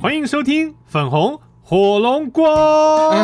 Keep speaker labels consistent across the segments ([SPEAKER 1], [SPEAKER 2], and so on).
[SPEAKER 1] 欢迎收听粉红火龙果。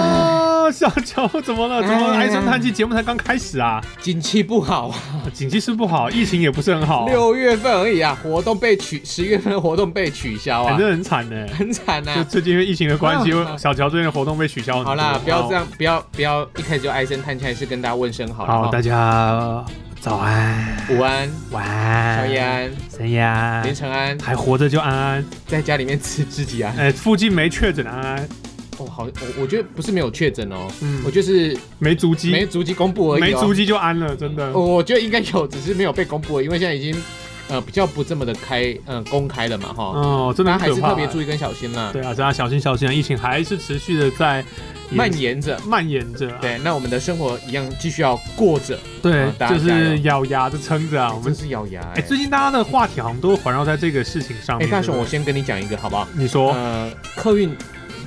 [SPEAKER 1] 小乔怎么了？怎么唉声叹气？节目才刚开始 啊，
[SPEAKER 2] 景气不好啊，
[SPEAKER 1] 景气是不好，疫情也不是很好，
[SPEAKER 2] 六月份而已啊，活动被取，十月份的活动被取消
[SPEAKER 1] 反
[SPEAKER 2] 啊，
[SPEAKER 1] 正很惨呢。
[SPEAKER 2] 很惨
[SPEAKER 1] 就
[SPEAKER 2] 啊。
[SPEAKER 1] 最近因为疫情的 关系
[SPEAKER 2] 啊，
[SPEAKER 1] 小乔最近的活动被取消很多。
[SPEAKER 2] 好啦，不要这
[SPEAKER 1] 样。
[SPEAKER 2] 样，不要不要一开始就唉声叹气，还是跟大家问声好了。
[SPEAKER 1] 好，
[SPEAKER 2] 哦
[SPEAKER 1] 大家早安、
[SPEAKER 2] 午安，
[SPEAKER 1] 晚安、
[SPEAKER 2] 宵夜、安，
[SPEAKER 1] 深夜安
[SPEAKER 2] 凌，晨安，
[SPEAKER 1] 还活着就安安。
[SPEAKER 2] 在家里面吃自己安。
[SPEAKER 1] 哎，附近没确诊安安，
[SPEAKER 2] 哦，好，我我觉得不是没有确诊哦，
[SPEAKER 1] 嗯
[SPEAKER 2] 我就是
[SPEAKER 1] 没足迹，
[SPEAKER 2] 没足迹公布而已、哦，
[SPEAKER 1] 没足迹就安了，真的
[SPEAKER 2] 哦。。我觉得应该有，只是没有被公布而已，因为现在已经呃比较不这么的开，呃公开了嘛哈。
[SPEAKER 1] 哦，真的
[SPEAKER 2] 大家
[SPEAKER 1] 很
[SPEAKER 2] 还
[SPEAKER 1] 可
[SPEAKER 2] 是
[SPEAKER 1] 怕。
[SPEAKER 2] 特别注意跟小心啦，
[SPEAKER 1] 对啊，大家小心小心啊！疫情还是持续的在延
[SPEAKER 2] 蔓延着。
[SPEAKER 1] 蔓延着、啊。
[SPEAKER 2] 对，那我们的生活一样继续要过着，
[SPEAKER 1] 对
[SPEAKER 2] 啊大，家
[SPEAKER 1] 就
[SPEAKER 2] 加油
[SPEAKER 1] 是咬牙的撑着啊！我
[SPEAKER 2] 我
[SPEAKER 1] 们
[SPEAKER 2] 们是咬牙
[SPEAKER 1] 哎、
[SPEAKER 2] 哎、
[SPEAKER 1] 最近大家的话题好像都环绕在这个哦事情上
[SPEAKER 2] 哎、
[SPEAKER 1] 面。
[SPEAKER 2] 大雄，
[SPEAKER 1] 对
[SPEAKER 2] 我
[SPEAKER 1] 不对
[SPEAKER 2] 先跟你讲一个好不好？
[SPEAKER 1] 你说
[SPEAKER 2] 呃，客运，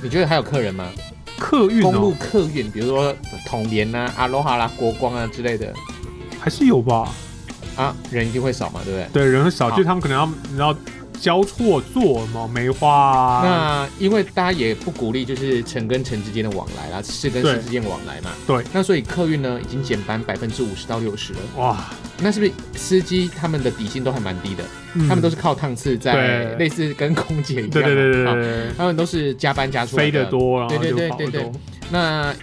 [SPEAKER 2] 你觉得还有客人吗？
[SPEAKER 1] 客运
[SPEAKER 2] 公
[SPEAKER 1] 哦
[SPEAKER 2] 路，客运，比如说统联啊、阿罗哈啦、国光啊之类的
[SPEAKER 1] 还是有吧？
[SPEAKER 2] 啊，人一定会少嘛，对不对？
[SPEAKER 1] 对，人很少，
[SPEAKER 2] 好
[SPEAKER 1] 就是他们可能要你知道交错坐嘛，梅花啊，
[SPEAKER 2] 那因为大家也不鼓励就是城跟城之间的往来啦，市跟市
[SPEAKER 1] 对
[SPEAKER 2] 之间往来嘛。
[SPEAKER 1] 对。
[SPEAKER 2] 那所以客运呢已经减班百分之五十到六十了，
[SPEAKER 1] 哇，
[SPEAKER 2] 那是不是司机他们的底薪都还蛮低的？
[SPEAKER 1] 嗯
[SPEAKER 2] 他们都是靠趟次在
[SPEAKER 1] 对
[SPEAKER 2] 类似跟空姐一样。
[SPEAKER 1] 对对对对
[SPEAKER 2] 啊
[SPEAKER 1] 对对，
[SPEAKER 2] 他们都是加班加出来
[SPEAKER 1] 飞得。多，然后
[SPEAKER 2] 对
[SPEAKER 1] 就
[SPEAKER 2] 对
[SPEAKER 1] 跑
[SPEAKER 2] 对
[SPEAKER 1] 得
[SPEAKER 2] 对
[SPEAKER 1] 多，
[SPEAKER 2] 那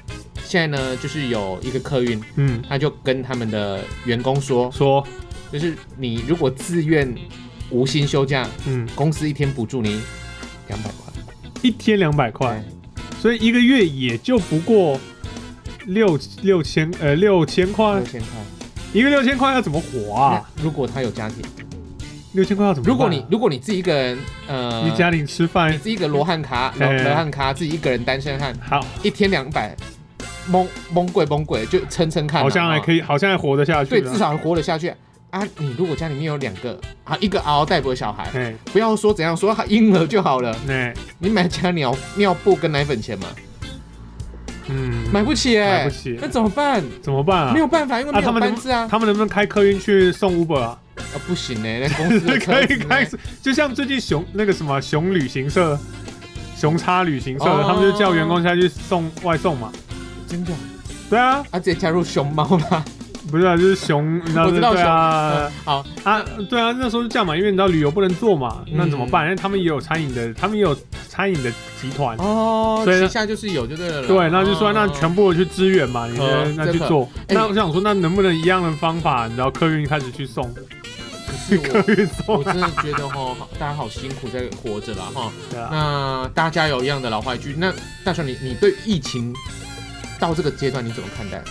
[SPEAKER 2] 现在呢，就是有一个客运，
[SPEAKER 1] 嗯，
[SPEAKER 2] 他就跟他们的员工说，
[SPEAKER 1] 说，
[SPEAKER 2] 就是你如果自愿无薪休假，
[SPEAKER 1] 嗯，
[SPEAKER 2] 公司一天补助你两百块。
[SPEAKER 1] 一天两百块，所以一个月也就不过六六千呃六千块
[SPEAKER 2] 六，千块。
[SPEAKER 1] 一个六千块要怎么活啊？
[SPEAKER 2] 那如果他有家庭，
[SPEAKER 1] 六千块要怎么办啊？
[SPEAKER 2] 如果你如果你自己一个人，呃，
[SPEAKER 1] 你家里吃
[SPEAKER 2] 你
[SPEAKER 1] 饭
[SPEAKER 2] 自己一个罗汉卡，罗
[SPEAKER 1] 哎
[SPEAKER 2] 罗汉卡，自己一个人单身汉，
[SPEAKER 1] 好，
[SPEAKER 2] 一天两百，蒙蒙鬼蒙鬼就撑撑看嘛，
[SPEAKER 1] 好像还可
[SPEAKER 2] 以，
[SPEAKER 1] 以，啊好像还活得下去。
[SPEAKER 2] 对，至。少活得下去。啊，你如果家里面有两个啊，一个嗷嗷待哺的小孩，
[SPEAKER 1] 哎，
[SPEAKER 2] 不要说怎样说他婴儿就好了，
[SPEAKER 1] 那
[SPEAKER 2] 你买加尿尿布跟奶粉钱嘛，
[SPEAKER 1] 嗯，
[SPEAKER 2] 买不起哎、
[SPEAKER 1] 买不起
[SPEAKER 2] 那怎么办？
[SPEAKER 1] 怎么办啊
[SPEAKER 2] 没？有办法，因为
[SPEAKER 1] 啊
[SPEAKER 2] 没
[SPEAKER 1] 他
[SPEAKER 2] 有
[SPEAKER 1] 们能
[SPEAKER 2] 班次啊，
[SPEAKER 1] 他们能不能开客运去送 Uber 啊？
[SPEAKER 2] 啊不行哎、那公司的
[SPEAKER 1] 可以
[SPEAKER 2] 车子啊呢
[SPEAKER 1] 开始，就像最近熊那个什么熊旅行社、熊叉旅行社
[SPEAKER 2] 哦，
[SPEAKER 1] 他们就叫员工下去送外送嘛。
[SPEAKER 2] 真的
[SPEAKER 1] 对啊，
[SPEAKER 2] 啊，直接加入熊猫啦，
[SPEAKER 1] 不是啊，就是熊，你知道
[SPEAKER 2] 我知道
[SPEAKER 1] 对啊
[SPEAKER 2] 熊嗯 好，
[SPEAKER 1] 啊，对啊，那时候就这样嘛，因为你知道旅游不能做嘛，那怎么
[SPEAKER 2] 嗯
[SPEAKER 1] 办？因为他们也有餐饮的，他们也有餐饮的集团。
[SPEAKER 2] 哦，
[SPEAKER 1] 所以呢
[SPEAKER 2] 旗下就是有就对了啦。
[SPEAKER 1] 对，那就说
[SPEAKER 2] 哦
[SPEAKER 1] 那全部去支援嘛，你
[SPEAKER 2] 哦
[SPEAKER 1] 那去做。
[SPEAKER 2] 真的哎
[SPEAKER 1] 那我想说，那能不能一样的方法，你知道客运开始去送，
[SPEAKER 2] 可是
[SPEAKER 1] 客运
[SPEAKER 2] 我，
[SPEAKER 1] 送
[SPEAKER 2] 我真的觉得哈，好大家好辛苦在活着啦哈。
[SPEAKER 1] 对啊。
[SPEAKER 2] 那大家有一样的老话一句，那大雄你你对疫情到这个阶段你怎么看待？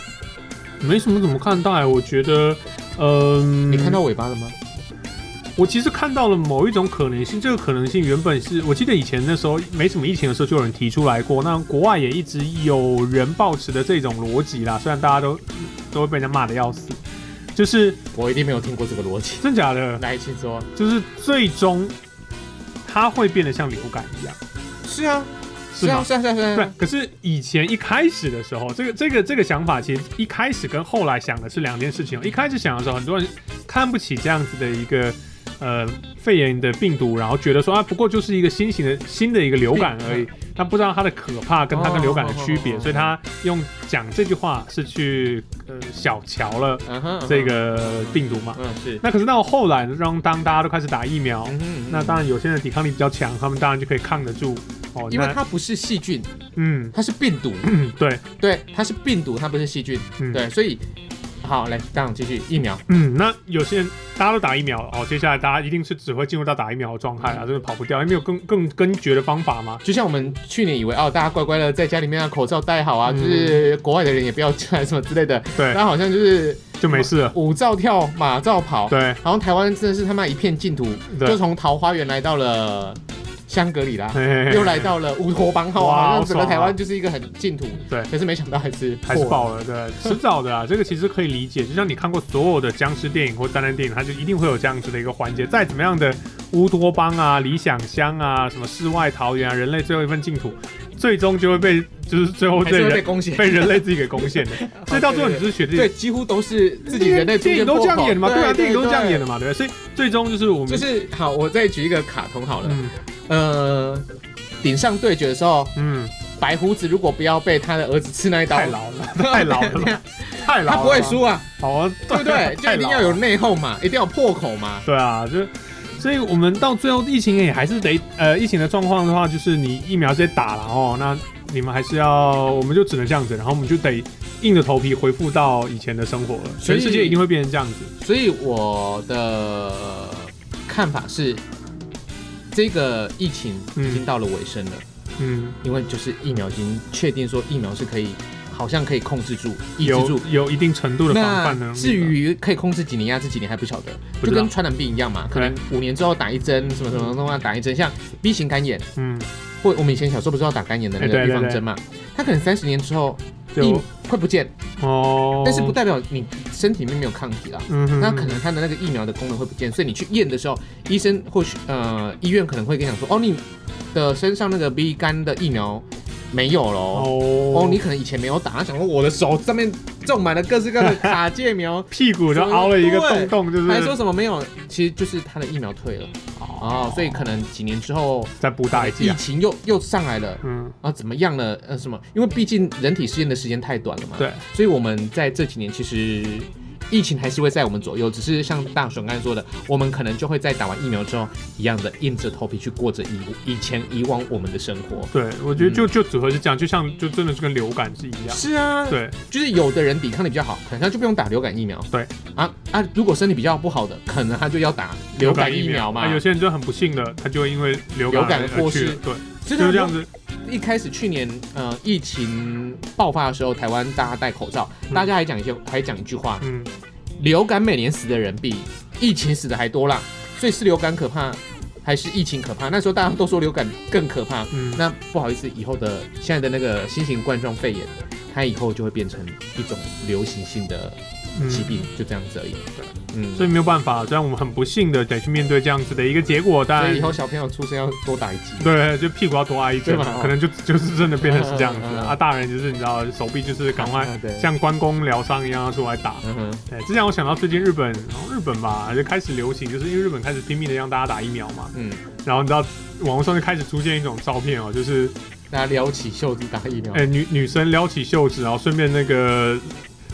[SPEAKER 1] 没什么怎么看待，我觉得，嗯，
[SPEAKER 2] 你看到尾巴了吗？
[SPEAKER 1] 我其实看到了某一种可能性，这个可能性原本是我记得以前那时候没什么疫情的时候就有人提出来过，那国外也一直有人抱持的这种逻辑啦，虽然大家都都会被人家骂的要死，就是
[SPEAKER 2] 我一定没有听过这个逻辑。
[SPEAKER 1] 真假的，
[SPEAKER 2] 来，请说。
[SPEAKER 1] 就是最终它会变得像流感一样，
[SPEAKER 2] 是啊，
[SPEAKER 1] 是
[SPEAKER 2] 是啊，
[SPEAKER 1] 吗？
[SPEAKER 2] 是啊，是啊，是
[SPEAKER 1] 对
[SPEAKER 2] 啊。，
[SPEAKER 1] 可是以前一开始的时候，这个这个这个想法，其实一开始跟后来想的是两件事情哦。一开始想的时候，很多人看不起这样子的一个呃肺炎的病毒，然后觉得说啊，不过就是一个新型的新的一个流感而已，他不知道它的可怕跟它跟流感的区别，
[SPEAKER 2] 哦
[SPEAKER 1] 所以他用讲这句话是去呃小瞧了
[SPEAKER 2] 嗯哼，嗯哼
[SPEAKER 1] 这，个病毒嘛。
[SPEAKER 2] 嗯是。
[SPEAKER 1] 那可是到后来，让当大家都开始打疫苗，
[SPEAKER 2] 嗯哼嗯哼
[SPEAKER 1] 那当然有些人抵抗力比较强，他们当然就可以抗得住哦。
[SPEAKER 2] 因为
[SPEAKER 1] 那
[SPEAKER 2] 它不是细菌，
[SPEAKER 1] 嗯
[SPEAKER 2] 它是病毒。
[SPEAKER 1] 嗯对
[SPEAKER 2] 对，它是病毒，它不是细菌。
[SPEAKER 1] 嗯
[SPEAKER 2] 对，所以好，来，大雄继续疫苗。
[SPEAKER 1] 嗯，那有些人大家都打疫苗了哦，接下来大家一定是只会进入到打疫苗的状态
[SPEAKER 2] 嗯
[SPEAKER 1] 啊，真的跑不掉，因为没有更更更绝的方法嘛。
[SPEAKER 2] 就像我们去年以为哦，大家乖乖的在家里面啊，口罩戴好啊，
[SPEAKER 1] 嗯
[SPEAKER 2] 就是国外的人也不要进来什么之类的。
[SPEAKER 1] 对，
[SPEAKER 2] 那好像就是
[SPEAKER 1] 就没事 了。
[SPEAKER 2] 舞照跳，马照跑。
[SPEAKER 1] 对
[SPEAKER 2] 然后台湾真的是他妈一片净土，就
[SPEAKER 1] 对，
[SPEAKER 2] 从桃花源来到了香格里拉，
[SPEAKER 1] 嘿嘿嘿
[SPEAKER 2] 又来到了乌托邦号，
[SPEAKER 1] 哇
[SPEAKER 2] 好
[SPEAKER 1] 好
[SPEAKER 2] 像整个
[SPEAKER 1] 爽啊
[SPEAKER 2] 台湾就是一个很净土。
[SPEAKER 1] 对
[SPEAKER 2] 可是没想到还是
[SPEAKER 1] 还是
[SPEAKER 2] 破了
[SPEAKER 1] 爆了，对，迟早的啊，这 个其实可以理解。就像你看过所有的僵尸电影或灾难电影，它就一定会有这样子的一个环节。再怎么样的乌托邦啊、理想乡啊、什么世外桃源啊、人类最后一份净土，最终就会被就是最后
[SPEAKER 2] 还
[SPEAKER 1] 这
[SPEAKER 2] 是会被
[SPEAKER 1] 人
[SPEAKER 2] 攻陷。
[SPEAKER 1] 被人类自己给攻陷的。 所以到最后你就是学这
[SPEAKER 2] 对，几乎都是自己人类
[SPEAKER 1] 电影
[SPEAKER 2] 出现
[SPEAKER 1] 都这样
[SPEAKER 2] 破口
[SPEAKER 1] 演的嘛，对啊，
[SPEAKER 2] 对
[SPEAKER 1] 电影都这样演
[SPEAKER 2] 的。
[SPEAKER 1] 的嘛，对不对，所以最终就是我们
[SPEAKER 2] 就是好，我再举一个卡通好了，
[SPEAKER 1] 嗯
[SPEAKER 2] 呃，顶上对决的时候，
[SPEAKER 1] 嗯，
[SPEAKER 2] 白胡子如果不要被他的儿子刺那一刀
[SPEAKER 1] 太，老了， 太老了吧，太老了，
[SPEAKER 2] 他不会，输 啊，
[SPEAKER 1] 好啊，
[SPEAKER 2] 对不对？就
[SPEAKER 1] 太
[SPEAKER 2] 一定
[SPEAKER 1] 老
[SPEAKER 2] 要
[SPEAKER 1] 了
[SPEAKER 2] 有内讧嘛，一定要有破口嘛。
[SPEAKER 1] 对啊，就所以我们到最后疫情也还是得，呃，疫情的状况的话，就是你疫苗直接打了哦，那你们还是要，我们就只能这样子，然后我们就得硬着头皮恢复到以前的生活了。
[SPEAKER 2] 所以
[SPEAKER 1] 全世界一定会变成这样子，
[SPEAKER 2] 所以我的看法是，这个疫情已经到了尾声了，
[SPEAKER 1] 嗯，
[SPEAKER 2] 因为就是疫苗已经确定说疫苗是可以，好像可以控制住、抑制
[SPEAKER 1] 有
[SPEAKER 2] 住。
[SPEAKER 1] 有一定程度的防范能
[SPEAKER 2] 那
[SPEAKER 1] 力。
[SPEAKER 2] 至，于可以控制几年、压啊制几年还不晓得，
[SPEAKER 1] 不
[SPEAKER 2] 就
[SPEAKER 1] 知道
[SPEAKER 2] 跟传染病一样嘛，可能五年之后打一针，什么什么东西打一针，像 B 型肝炎，
[SPEAKER 1] 嗯，
[SPEAKER 2] 或我们以前小时候不是要打肝炎的那
[SPEAKER 1] 哎对
[SPEAKER 2] 个预
[SPEAKER 1] 对
[SPEAKER 2] 防
[SPEAKER 1] 对
[SPEAKER 2] 针嘛，它可能三十年之后疫
[SPEAKER 1] 就
[SPEAKER 2] 会不见，
[SPEAKER 1] 哦，
[SPEAKER 2] 但是不，代表你身体里面没有抗体啦。
[SPEAKER 1] 嗯哼，
[SPEAKER 2] 那可能它的那个疫苗的功能会不见，所以你去验的时候，医生或许呃医院可能会跟你讲说，哦你的身上那个 B 肝的疫苗没有了哦，
[SPEAKER 1] 哦，
[SPEAKER 2] 你可能以前没有打，他想说我的手上面种满了各式各样的 卡介苗，
[SPEAKER 1] 屁股就凹了一个洞洞，就是
[SPEAKER 2] 还说什么没有，其实就是他的疫苗退了哦，所以可能几年之后
[SPEAKER 1] 再补打一剂
[SPEAKER 2] 疫
[SPEAKER 1] 啊，
[SPEAKER 2] 情又又上来了。
[SPEAKER 1] 嗯，
[SPEAKER 2] 啊，怎么样了？呃，什么？因为毕竟人体试验的时间太短了嘛。
[SPEAKER 1] 对，
[SPEAKER 2] 所以我们在这几年其实疫情还是会在我们左右，只是像大雄刚才说的，我们可能就会在打完疫苗之后一样的硬着头皮去过着以以前以往我们的生活。
[SPEAKER 1] 对，我
[SPEAKER 2] 嗯
[SPEAKER 1] 觉得就就只会是这样，就像就真的是跟流感是一样，
[SPEAKER 2] 是啊，，
[SPEAKER 1] 对，
[SPEAKER 2] 就是有的人抵抗力比较好，可能他就不用打流感疫苗。
[SPEAKER 1] 对
[SPEAKER 2] 啊啊，如果身体比较不好的，可能他就要打流感疫苗嘛
[SPEAKER 1] 啊。有些人就很不幸的，他就会因为流
[SPEAKER 2] 流感
[SPEAKER 1] 而
[SPEAKER 2] 或
[SPEAKER 1] 去
[SPEAKER 2] 是
[SPEAKER 1] 了对，
[SPEAKER 2] 所
[SPEAKER 1] 就
[SPEAKER 2] 以他
[SPEAKER 1] 这样子，
[SPEAKER 2] 一开始去年呃疫情爆发的时候，台湾大家戴口罩，
[SPEAKER 1] 嗯
[SPEAKER 2] 大家还讲一些还讲一句话，
[SPEAKER 1] 嗯，
[SPEAKER 2] 流感每年死的人比疫情死的还多啦，所以是流感可怕还是疫情可怕？那时候大家都说流感更可怕，
[SPEAKER 1] 嗯
[SPEAKER 2] 那不好意思，以后的现在的那个新型冠状肺炎，它以后就会变成一种流行性的疾
[SPEAKER 1] 嗯，
[SPEAKER 2] 病，就这样子而已。嗯，
[SPEAKER 1] 所
[SPEAKER 2] 所
[SPEAKER 1] 以没有办法，虽然我们很不幸的得去面对这样子的一个结果，但
[SPEAKER 2] 以以后小朋友出生要多打一剂。
[SPEAKER 1] 对，就屁股要多挨一针
[SPEAKER 2] 对吧，
[SPEAKER 1] 可能就就是真的变成是这样子
[SPEAKER 2] 嗯嗯嗯
[SPEAKER 1] 啊。大人就是你知道，手臂就是赶快
[SPEAKER 2] 啊对
[SPEAKER 1] 像关公疗伤一样出来打。
[SPEAKER 2] 嗯哼，
[SPEAKER 1] 哎对，之前我想到最近日本，然后日本吧就开始流行，就是因为日本开始拼命的让大家打疫苗嘛。
[SPEAKER 2] 嗯，
[SPEAKER 1] 然后你知道网络上就开始出现一种照片哦，就是
[SPEAKER 2] 大家撩起袖子打疫苗
[SPEAKER 1] 哎、。女女生撩起袖子，然后顺便那个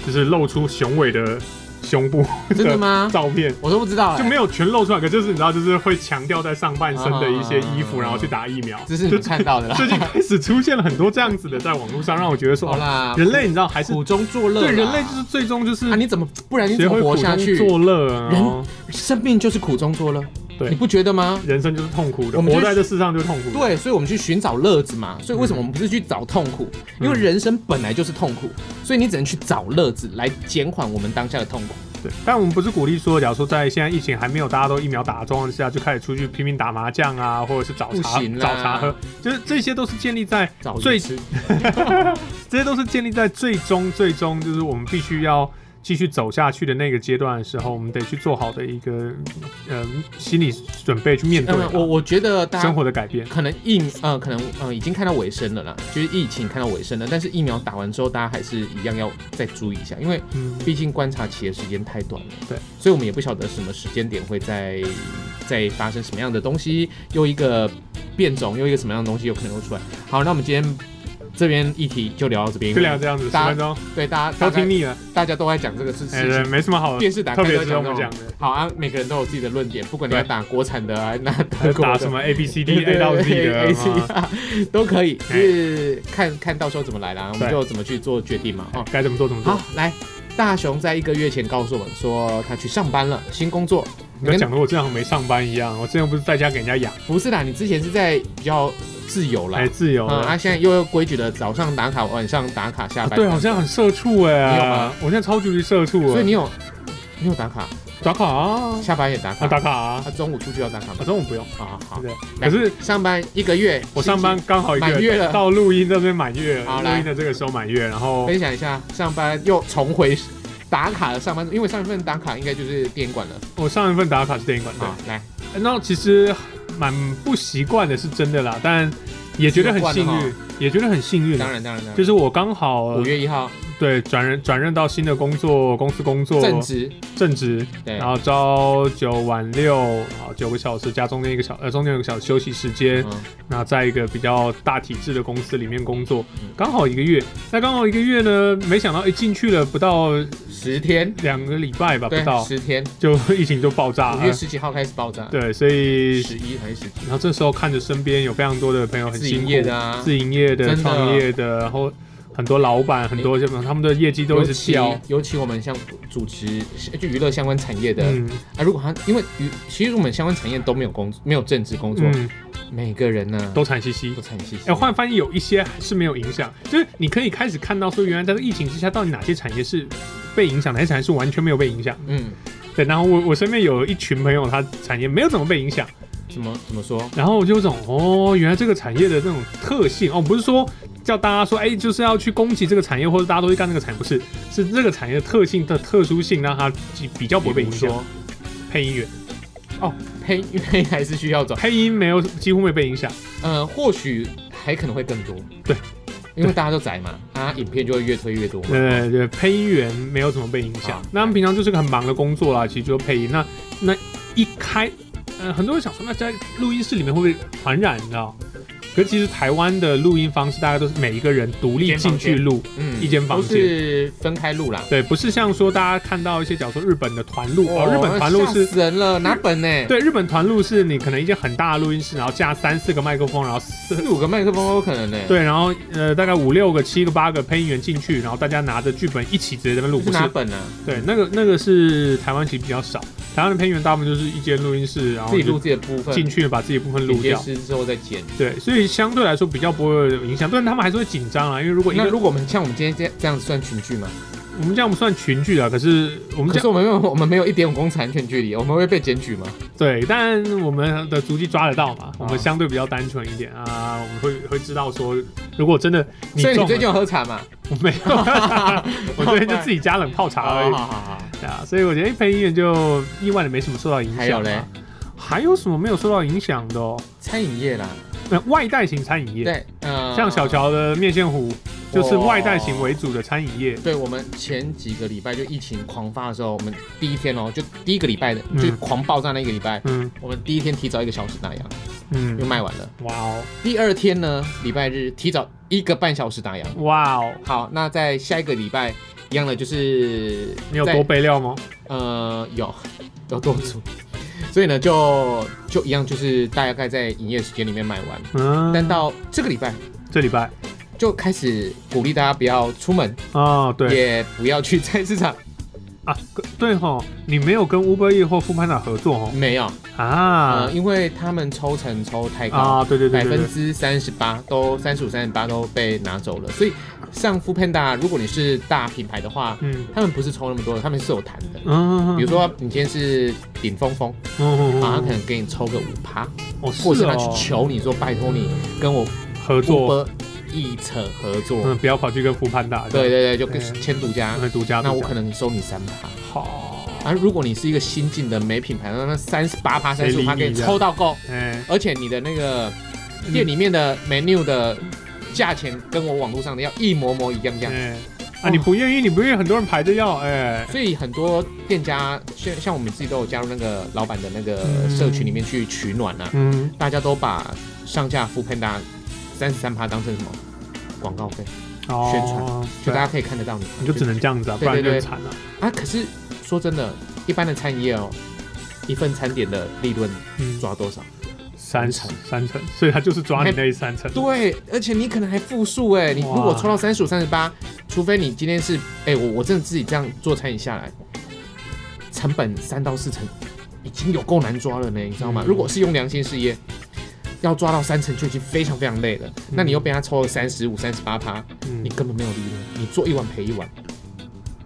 [SPEAKER 1] 就是露出雄伟的胸部
[SPEAKER 2] 真的吗？
[SPEAKER 1] 照片，
[SPEAKER 2] 我都不知道、
[SPEAKER 1] 就
[SPEAKER 2] 欸，
[SPEAKER 1] 没有全露出来，可就是你知道，就是会强调在上半身的一些衣服，
[SPEAKER 2] 啊
[SPEAKER 1] 然后去打疫苗。
[SPEAKER 2] 这是你
[SPEAKER 1] 就
[SPEAKER 2] 们看到的啦。
[SPEAKER 1] 最近开始出现了很多这样子的，在网络上让我觉得说，
[SPEAKER 2] 好
[SPEAKER 1] 哦
[SPEAKER 2] 啦，
[SPEAKER 1] 人类你知道还是
[SPEAKER 2] 苦中作乐啦。
[SPEAKER 1] 对人类就是最终就是
[SPEAKER 2] 啊，你怎么不然你
[SPEAKER 1] 学
[SPEAKER 2] 怎么
[SPEAKER 1] 会苦
[SPEAKER 2] 活下
[SPEAKER 1] 中
[SPEAKER 2] 去？
[SPEAKER 1] 作乐啊，
[SPEAKER 2] 人
[SPEAKER 1] 然后
[SPEAKER 2] 生病就是苦中作乐，
[SPEAKER 1] 对
[SPEAKER 2] 你不觉得吗？
[SPEAKER 1] 人生就是痛苦的，
[SPEAKER 2] 我们就
[SPEAKER 1] 活
[SPEAKER 2] 是
[SPEAKER 1] 在这世上就是痛苦的。
[SPEAKER 2] 对，所以我们去寻找乐子嘛。所以为什么我们不是去找痛苦？
[SPEAKER 1] 嗯
[SPEAKER 2] 因为人生本来就是痛苦，所以你只能去找乐子来减缓我们当下的痛苦。
[SPEAKER 1] 对，但我们不是鼓励说，假如说在现在疫情还没有大家都疫苗打的状况之下，就开始出去拼命打麻将啊，或者是找茶
[SPEAKER 2] 不行啦
[SPEAKER 1] 找茶喝，就是这些都是建立在
[SPEAKER 2] 找
[SPEAKER 1] 最
[SPEAKER 2] 吃，
[SPEAKER 1] 这些都是建立在最终最终就是我们必须要继续走下去的那个阶段的时候，我们得去做好的一个呃心理准备去面对
[SPEAKER 2] 嗯，
[SPEAKER 1] 吧
[SPEAKER 2] 我我觉得大
[SPEAKER 1] 生
[SPEAKER 2] 家
[SPEAKER 1] 活的改变。
[SPEAKER 2] 可能疫呃，可能呃已经看到尾声了啦，就是疫情看到尾声了，但是疫苗打完之后，大家还是一样要再注意一下，因为
[SPEAKER 1] 嗯，
[SPEAKER 2] 毕竟观察期的时间太短了，
[SPEAKER 1] 对，
[SPEAKER 2] 所以我们也不晓得什么时间点会在在发生什么样的东西，又一个变种，又一个什么样的东西有可能又出来。好，那我们今天这边议题就聊到这边，
[SPEAKER 1] 就聊这样子，十
[SPEAKER 2] 大家
[SPEAKER 1] 分钟
[SPEAKER 2] 对大家
[SPEAKER 1] 都
[SPEAKER 2] 大家
[SPEAKER 1] 听腻了，
[SPEAKER 2] 大家都在讲这个事
[SPEAKER 1] 哎、
[SPEAKER 2] 事
[SPEAKER 1] 对，
[SPEAKER 2] 情，
[SPEAKER 1] 没什么 好
[SPEAKER 2] 电视打
[SPEAKER 1] 特
[SPEAKER 2] 开
[SPEAKER 1] 别
[SPEAKER 2] 都在
[SPEAKER 1] 值得我
[SPEAKER 2] 讲
[SPEAKER 1] 们
[SPEAKER 2] 这
[SPEAKER 1] 讲
[SPEAKER 2] 种。
[SPEAKER 1] 的。
[SPEAKER 2] 好啊，每个人都有自己的论点，不管你
[SPEAKER 1] 对
[SPEAKER 2] 要打国产的啊，那
[SPEAKER 1] 还
[SPEAKER 2] 德
[SPEAKER 1] 有
[SPEAKER 2] 国
[SPEAKER 1] 打
[SPEAKER 2] 的
[SPEAKER 1] 什么 A B C D
[SPEAKER 2] 对
[SPEAKER 1] A 到 Z 的
[SPEAKER 2] A
[SPEAKER 1] 啊
[SPEAKER 2] C 都可以，
[SPEAKER 1] 哎
[SPEAKER 2] 就是看看到时候怎么来啦，我们
[SPEAKER 1] 对
[SPEAKER 2] 就怎么去做决定嘛。哦，
[SPEAKER 1] 该怎么做怎么做
[SPEAKER 2] 好。，来，大雄在一个月前告诉我们说他去上班了，新工作。
[SPEAKER 1] 你要讲的我这样没上班一样，我之前不是在家给人家养，
[SPEAKER 2] 不是啦，你之前是在比较自由啦
[SPEAKER 1] 哎，，自由
[SPEAKER 2] 嗯，他
[SPEAKER 1] 了。
[SPEAKER 2] 现在又有规矩的早上打卡，晚上打卡，下
[SPEAKER 1] 啊
[SPEAKER 2] 班。
[SPEAKER 1] 对，好像很社畜哎、
[SPEAKER 2] 你有啊吗
[SPEAKER 1] 我现在超级社畜哎，
[SPEAKER 2] 所以你有你有打卡，
[SPEAKER 1] 打卡啊，
[SPEAKER 2] 下班也打卡
[SPEAKER 1] 啊，打卡啊，
[SPEAKER 2] 啊，中午出去要打卡
[SPEAKER 1] 啊
[SPEAKER 2] 吗？
[SPEAKER 1] 中午不用，
[SPEAKER 2] 啊，好
[SPEAKER 1] 对不，对？
[SPEAKER 2] 来
[SPEAKER 1] 可是
[SPEAKER 2] 上班一个月，
[SPEAKER 1] 我上班刚好一个
[SPEAKER 2] 满月了
[SPEAKER 1] 到录音这边满月了，
[SPEAKER 2] 好
[SPEAKER 1] 录
[SPEAKER 2] 来
[SPEAKER 1] 音的这个时候满月，然后
[SPEAKER 2] 分享一下上班又重回打卡的上班，因为上一份打卡应该就是电管了
[SPEAKER 1] 我上一份打卡是电影馆对
[SPEAKER 2] 啊，来，
[SPEAKER 1] 那其实蛮不习惯的，是真的啦，但也觉得很幸
[SPEAKER 2] 习惯
[SPEAKER 1] 运，也觉得很幸运啊。
[SPEAKER 2] 当然当然当然，
[SPEAKER 1] 就是我刚好
[SPEAKER 2] 五月一号，
[SPEAKER 1] 对转任转任到新的工作公司工作
[SPEAKER 2] 正职，
[SPEAKER 1] 正职，
[SPEAKER 2] 对，
[SPEAKER 1] 然后朝九晚六，好九个小时加中间一个小呃中间有个小时休息时间，
[SPEAKER 2] 嗯
[SPEAKER 1] 那在一个比较大体制的公司里面工作，
[SPEAKER 2] 嗯
[SPEAKER 1] 刚好一个月。那刚好一个月呢，没想到一进去了不到
[SPEAKER 2] 十天，
[SPEAKER 1] 两个礼拜吧，啊不
[SPEAKER 2] 对，
[SPEAKER 1] 到
[SPEAKER 2] 十天，
[SPEAKER 1] 就疫情就爆炸
[SPEAKER 2] 五月
[SPEAKER 1] 了。
[SPEAKER 2] 十几号开始爆炸，，
[SPEAKER 1] 对，所以
[SPEAKER 2] 十一还是十几，
[SPEAKER 1] 然后这时候看着身边有非常多的朋友很
[SPEAKER 2] 自
[SPEAKER 1] 辛
[SPEAKER 2] 营
[SPEAKER 1] 苦，
[SPEAKER 2] 业的啊，
[SPEAKER 1] 自营业的、
[SPEAKER 2] 真的
[SPEAKER 1] 创业的，然后很多老板，很多他们的业绩都
[SPEAKER 2] 尤
[SPEAKER 1] 一直
[SPEAKER 2] 其
[SPEAKER 1] 掉。
[SPEAKER 2] 尤其我们像主持就娱乐相关产业的、
[SPEAKER 1] 嗯
[SPEAKER 2] 啊，如果他因为娱其实我们相关产业都没有工没有正职工作，
[SPEAKER 1] 嗯，
[SPEAKER 2] 每个人呢
[SPEAKER 1] 都惨兮兮
[SPEAKER 2] 都。惨兮兮。
[SPEAKER 1] 哎，换翻译有一些还是没有影响，就是你可以开始看到说，原来在这个疫情之下，到底哪些产业是被影响，哪些产业是完全没有被影响。
[SPEAKER 2] 嗯，
[SPEAKER 1] 对，然后我我身边有一群朋友，他产业没有怎么被影响，
[SPEAKER 2] 怎么怎么说？
[SPEAKER 1] 然后我就有种哦，原来这个产业的那种特性哦，不是说叫大家说哎，就是要去攻击这个产业，或者大家都去干那个产业，不是，是这个产业的特性的特殊性，让它比比较不会被影响
[SPEAKER 2] 比如。说
[SPEAKER 1] 配音员，
[SPEAKER 2] 哦，配配还是需要找，
[SPEAKER 1] 配音没有几乎没被影响，
[SPEAKER 2] 呃，或许还可能会更多。
[SPEAKER 1] 对，
[SPEAKER 2] 因为大家都宅嘛，啊，影片就会越推越多嘛。
[SPEAKER 1] 对对，配音员没有怎么被影响
[SPEAKER 2] 啊。
[SPEAKER 1] 那他们平常就是个很忙的工作啦，其实就配音。那那一开，呃，很多人想说，那在录音室里面会不会传染？你知道？可是其实台湾的录音方式，大家都是每一个人独立进去录，
[SPEAKER 2] 嗯
[SPEAKER 1] 一间房
[SPEAKER 2] 都
[SPEAKER 1] 间
[SPEAKER 2] 是分开录啦。
[SPEAKER 1] 对，不是像说大家看到一些，假如说日本的团录，哦，日本团录
[SPEAKER 2] 吓
[SPEAKER 1] 是。
[SPEAKER 2] 死人了，拿 本呢、
[SPEAKER 1] 对，日本团录是你可能一间很大的录音室，然后架三四个麦克风，然后四
[SPEAKER 2] 四五个麦克风都有可能呢、
[SPEAKER 1] 对，然后呃大概五六个、七个、八个配音员进去，然后大家拿着剧本一起直接在那边录，
[SPEAKER 2] 不是
[SPEAKER 1] 不是
[SPEAKER 2] 拿本啊，
[SPEAKER 1] 对，那个那个是台湾其实比较少，台湾的配音员大部分就是一间录音室，然后
[SPEAKER 2] 自己录
[SPEAKER 1] 就
[SPEAKER 2] 自己的部分，
[SPEAKER 1] 进去把自己的部分
[SPEAKER 2] 剪
[SPEAKER 1] 录
[SPEAKER 2] 接
[SPEAKER 1] 掉。
[SPEAKER 2] 师之后再剪。
[SPEAKER 1] 对，所以相对来说比较不会有影响，但他们还是会紧张啊，因为如果一
[SPEAKER 2] 那
[SPEAKER 1] 个
[SPEAKER 2] 如果我们像我们今天这样这样子算群聚吗？
[SPEAKER 1] 我们这样不算群聚啊，可是我们
[SPEAKER 2] 可
[SPEAKER 1] 这
[SPEAKER 2] 是
[SPEAKER 1] 样
[SPEAKER 2] 我们没有，我们没有一点五公尺安全距离，我们会被检举吗？
[SPEAKER 1] 对，但我们的足迹抓得到
[SPEAKER 2] 啊
[SPEAKER 1] 嘛，我们相对比较单纯一点啊，我们会会知道说，如果真的你
[SPEAKER 2] 所以
[SPEAKER 1] 中了，
[SPEAKER 2] 你最近有喝茶吗？
[SPEAKER 1] 我没 有，我最近就自己加冷泡茶而已
[SPEAKER 2] 好。好好好，
[SPEAKER 1] 对啊，所以我觉得配音员就意外的没什么受到影响、啊。
[SPEAKER 2] 还有嘞，
[SPEAKER 1] 还有什么没有受到影响的哦？
[SPEAKER 2] 餐饮业啦，
[SPEAKER 1] 那外带型餐饮业，
[SPEAKER 2] 对，哦呃，
[SPEAKER 1] 像小，乔的面线糊就是外带型为主的餐饮业。
[SPEAKER 2] 对我们前几个礼拜就疫情狂发的时候，我们第一天哦，就第一个礼拜的，
[SPEAKER 1] 嗯
[SPEAKER 2] 就狂爆炸那一个礼拜，
[SPEAKER 1] 嗯
[SPEAKER 2] 我们第一天提早一个小时打烊就
[SPEAKER 1] 嗯，
[SPEAKER 2] 卖完了，
[SPEAKER 1] 哇哦
[SPEAKER 2] 第二天呢，礼拜日提早一个半小时打烊。
[SPEAKER 1] 哇哦，
[SPEAKER 2] 好，那在下一个礼拜一样的就是
[SPEAKER 1] 你有
[SPEAKER 2] 在
[SPEAKER 1] 多备料吗？
[SPEAKER 2] 呃，有有多足，所以呢，就就一样，就是大概在营业时间里面卖完。
[SPEAKER 1] 嗯，
[SPEAKER 2] 但到这个礼拜
[SPEAKER 1] 这礼拜
[SPEAKER 2] 就开始鼓励大家不要出门，
[SPEAKER 1] 哦，对
[SPEAKER 2] 也不要去菜市场。
[SPEAKER 1] 啊，跟对吼，你没有跟 Uber E 或富潘达合作吼
[SPEAKER 2] 没有，
[SPEAKER 1] 啊
[SPEAKER 2] 呃，因为他们抽成抽太高，
[SPEAKER 1] 啊，对对对
[SPEAKER 2] 百
[SPEAKER 1] 对
[SPEAKER 2] 分
[SPEAKER 1] 对，
[SPEAKER 2] 之三十八都三十五、三十八都被拿走了。所以上 f o o Panda，如果你是大品牌的话，
[SPEAKER 1] 嗯
[SPEAKER 2] 他们不是抽那么多的，他们是有谈的。
[SPEAKER 1] 嗯，
[SPEAKER 2] 比如说你今天是顶峰峰，
[SPEAKER 1] 嗯，
[SPEAKER 2] 啊，他可能给你抽个五趴，
[SPEAKER 1] 哦
[SPEAKER 2] 或
[SPEAKER 1] 是
[SPEAKER 2] 者是他去
[SPEAKER 1] 哦，
[SPEAKER 2] 求你说拜托你跟我
[SPEAKER 1] 合作，
[SPEAKER 2] Uber 一扯合作，
[SPEAKER 1] 嗯，不要跑去跟富潘达，
[SPEAKER 2] 对对对，就
[SPEAKER 1] 对
[SPEAKER 2] 跟签独家，
[SPEAKER 1] 会独家，
[SPEAKER 2] 那我
[SPEAKER 1] 独家
[SPEAKER 2] 可能收你三趴。
[SPEAKER 1] 好，
[SPEAKER 2] 啊，如果你是一个新进的美品牌，那那三十八趴、
[SPEAKER 1] 谁理
[SPEAKER 2] 三十
[SPEAKER 1] 你
[SPEAKER 2] 五趴给你
[SPEAKER 1] 这样
[SPEAKER 2] 抽到够，
[SPEAKER 1] 哎，
[SPEAKER 2] 而且你的那个
[SPEAKER 1] 嗯
[SPEAKER 2] 店里面的 menu 的价钱跟我网络上的要一模模一样样。
[SPEAKER 1] 哎，啊，
[SPEAKER 2] 哦
[SPEAKER 1] 你不愿意，你不愿意，很多人排着要，哎，
[SPEAKER 2] 所以很多店家，像像我们自己都有加入那个老板的那个
[SPEAKER 1] 嗯
[SPEAKER 2] 社群里面去取暖啊，
[SPEAKER 1] 嗯。
[SPEAKER 2] 大家都把上架 f o o Panda 三十三趴当成什么广告费，
[SPEAKER 1] 哦
[SPEAKER 2] 宣传就
[SPEAKER 1] 对
[SPEAKER 2] 大家可以看得到你，
[SPEAKER 1] 你就只能这样子啊，不
[SPEAKER 2] 对对
[SPEAKER 1] 然就很
[SPEAKER 2] 对
[SPEAKER 1] 惨了。
[SPEAKER 2] 啊。可是说真的，一般的餐饮业哦，一份餐点的利润
[SPEAKER 1] 嗯，
[SPEAKER 2] 抓多少？
[SPEAKER 1] 三成
[SPEAKER 2] 成
[SPEAKER 1] 三成，所以他就是抓你那一三成。
[SPEAKER 2] 对，而且你可能还负数哎，你
[SPEAKER 1] 哇
[SPEAKER 2] 如果抽到三十五、三十八，除非你今天是哎、我我真的自己这样做餐饮下来，成本三到四成已经有够难抓了呢，你知道吗？
[SPEAKER 1] 嗯
[SPEAKER 2] 如果是用良心事业，要抓到三成就已经非常非常累了，那你又被他抽了三十五、三十八趴，
[SPEAKER 1] 嗯
[SPEAKER 2] 你，根本没有利润，你做一碗赔一碗。